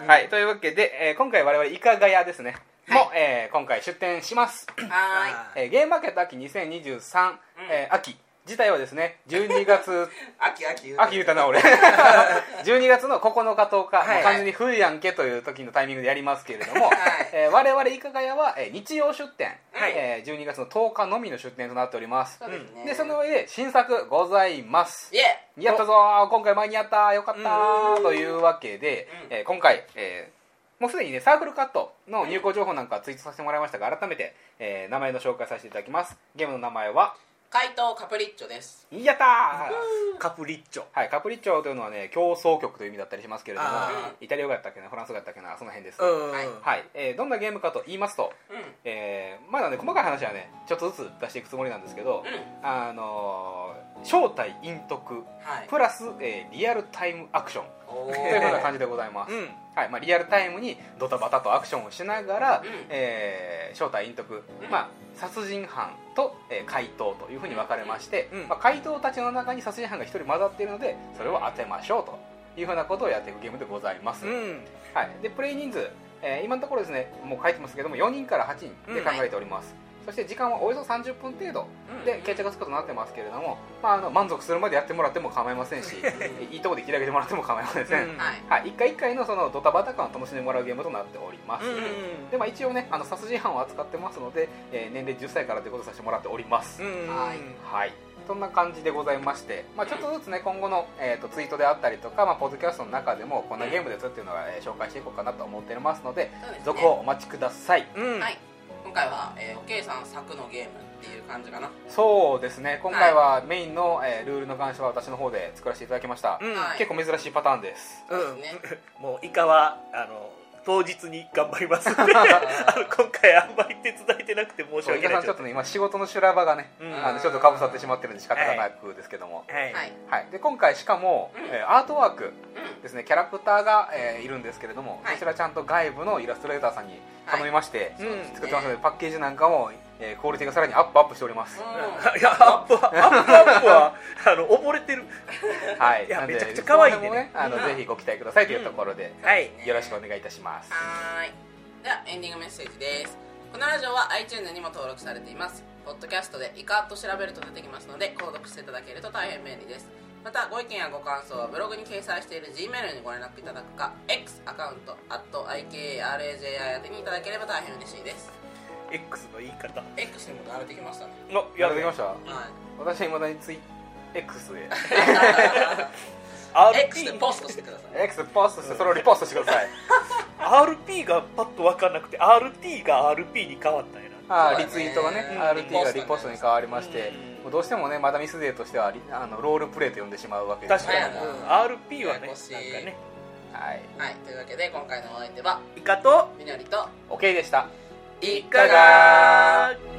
[SPEAKER 2] い
[SPEAKER 3] はいというわけで、えー今回我々イカガヤですね、も、えー今回出店します、
[SPEAKER 2] は
[SPEAKER 3] えーゲームマーケット秋2023、えー秋自体はですね12月
[SPEAKER 2] ーい秋秋言うて
[SPEAKER 3] 秋言うた
[SPEAKER 2] <laughs>
[SPEAKER 3] な俺12月の9日10日、
[SPEAKER 2] はい
[SPEAKER 3] もう完全に冬やんけという時のタイミングでやりますけれども、えー我々いかがやは、えー日曜出店、
[SPEAKER 2] はい
[SPEAKER 3] えー12月の10日のみの出店となっております
[SPEAKER 2] そうですね
[SPEAKER 3] でその上で新作ございます
[SPEAKER 2] イエ
[SPEAKER 3] やったぞー今回間に合ったーよかったーというわけで、
[SPEAKER 2] うん
[SPEAKER 3] えー今回、えーもうすでにねサークルカットの入稿情報なんかツイートさせてもらいましたが改めて、えー名前の紹介させていただきますゲームの名前は
[SPEAKER 2] 怪盗カプリッチョです
[SPEAKER 3] やったー
[SPEAKER 1] カプリッチョ
[SPEAKER 3] はい、カプリッチョというのはね競争曲という意味だったりしますけれども
[SPEAKER 1] あ
[SPEAKER 3] イタリア語やったっけなフランス語やったっけなその辺です、
[SPEAKER 1] うん、
[SPEAKER 2] はい
[SPEAKER 3] はいえーどんなゲームかと言いますと、
[SPEAKER 2] うん
[SPEAKER 3] えーまだね細かい話はねちょっとずつ出していくつもりなんですけど、
[SPEAKER 2] う
[SPEAKER 3] あのー正体隠匿
[SPEAKER 2] はい
[SPEAKER 3] プラス、えーリアルタイムアクション
[SPEAKER 2] お
[SPEAKER 3] というような
[SPEAKER 2] ー
[SPEAKER 3] 感じでございます、
[SPEAKER 1] うん
[SPEAKER 3] はいまあ、リアルタイムにドタバタとアクションをしながら、
[SPEAKER 2] うん
[SPEAKER 3] えー正体隠匿、
[SPEAKER 2] うん
[SPEAKER 3] まあ、殺人犯と、えー怪盗というふうに分かれまして、
[SPEAKER 1] うん
[SPEAKER 3] まあ、怪盗たちの中に殺人犯が1人混ざっているのでそれを当てましょうというふうなことをやっていくゲームでございます、
[SPEAKER 1] うん
[SPEAKER 3] はい、でプレイ人数、えー今のところですねもう書いてますけども4人から8人で考えております、そして時間はおよそ30分程度で決着がつくことになってますけれども、まあ、あの満足するまでやってもらっても構いませんし <laughs> いいとこで切り上げてもらっても構いません、
[SPEAKER 1] うん
[SPEAKER 2] はい
[SPEAKER 3] はい、一回一回のそのドタバタ感を楽しんでもらうゲームとなっております、
[SPEAKER 1] うん
[SPEAKER 3] でまあ、一応ねあの殺人犯を扱ってますので、えー年齢10歳からということをさせてもらっております、
[SPEAKER 1] うん
[SPEAKER 2] はい
[SPEAKER 3] はいそんな感じでございまして、まあ、ちょっとずつね今後の、えー、とツイートであったりとか、まあ、ポッドキャストの中でもこんなゲームですっていうのは、えー紹介していこうかなと思っておりますので
[SPEAKER 2] そうですね
[SPEAKER 3] 続報お待ちください
[SPEAKER 1] うん
[SPEAKER 2] はい今回は、えー、おけいさん作のゲームっていう感じかな、
[SPEAKER 3] そうですね今回はメインの、えールールの監視は私の方で作らせていただきました、
[SPEAKER 1] うん
[SPEAKER 2] はい
[SPEAKER 3] 結構珍しいパターンです
[SPEAKER 1] うん
[SPEAKER 2] ね
[SPEAKER 1] もうイカはあの当日に頑張りますんであの今回あんまり手伝えてなくて申し
[SPEAKER 3] そう
[SPEAKER 1] 訳
[SPEAKER 3] 池
[SPEAKER 1] な
[SPEAKER 3] 田さ
[SPEAKER 1] い
[SPEAKER 3] んちょっとね今仕事の修羅場がね、
[SPEAKER 1] うん
[SPEAKER 3] あのちょっとかぶさってしまってるんで仕方がなくですけども、
[SPEAKER 1] はい、
[SPEAKER 2] はい、
[SPEAKER 3] はい、で今回しかも、
[SPEAKER 2] うん
[SPEAKER 3] えーアートワーク
[SPEAKER 2] う
[SPEAKER 3] ですねキャラクターが、えーいるんですけれども、
[SPEAKER 2] はい
[SPEAKER 3] そちらちゃんと外部のイラストレーターさんに頼みまして、
[SPEAKER 1] はいうん
[SPEAKER 3] 作ってますのでパッケージなんかも、えークオリティがさらにアップアップしております、
[SPEAKER 2] う
[SPEAKER 1] いやアップはアップアップはあの溺れてる
[SPEAKER 3] はい
[SPEAKER 1] いや
[SPEAKER 3] なんで
[SPEAKER 1] めちゃくちゃ可愛いんでね
[SPEAKER 3] その辺もあの、
[SPEAKER 2] うん
[SPEAKER 3] ぜひご期待くださいというところで、
[SPEAKER 1] はい
[SPEAKER 2] ん
[SPEAKER 3] よろしくお願いいたします、
[SPEAKER 2] はーいではエンディングメッセージですこのラジオは iTunes にも登録されていますポッドキャストでイカと調べると出てきますので購読していただけると大変便利ですまたご意見やご感想はブログに掲載している G メールにご連絡いただくか X アカウント IKRAJI 宛てにいただければ大変嬉しいです
[SPEAKER 1] X の言い方
[SPEAKER 2] X にも慣れてきましたね
[SPEAKER 1] の
[SPEAKER 3] やってきました
[SPEAKER 2] はい
[SPEAKER 3] 私はいまだにツイ X で
[SPEAKER 1] <laughs>
[SPEAKER 2] <laughs> X で
[SPEAKER 1] RP,
[SPEAKER 2] ポストしてください
[SPEAKER 3] X ポストしてそれをリポストしてください
[SPEAKER 1] RP がパッと分かんなくて RT が RP に変わったんやな
[SPEAKER 3] あー
[SPEAKER 2] そうだね
[SPEAKER 3] リツイートがね、
[SPEAKER 2] うん
[SPEAKER 3] RT がリポストに変わりまして
[SPEAKER 1] うん、
[SPEAKER 3] もうどうしてもねまだミスデーとしてはリあのロールプレイと呼んでしまうわけです
[SPEAKER 1] 確
[SPEAKER 3] け
[SPEAKER 1] か
[SPEAKER 3] れ
[SPEAKER 1] に
[SPEAKER 3] ど
[SPEAKER 2] は
[SPEAKER 3] も
[SPEAKER 2] い、
[SPEAKER 1] うん RP はねなんかね
[SPEAKER 3] はい、
[SPEAKER 2] はいというわけで今回のお相手は
[SPEAKER 1] イカと
[SPEAKER 2] みのりと
[SPEAKER 3] OK でした
[SPEAKER 2] イ
[SPEAKER 1] イカがー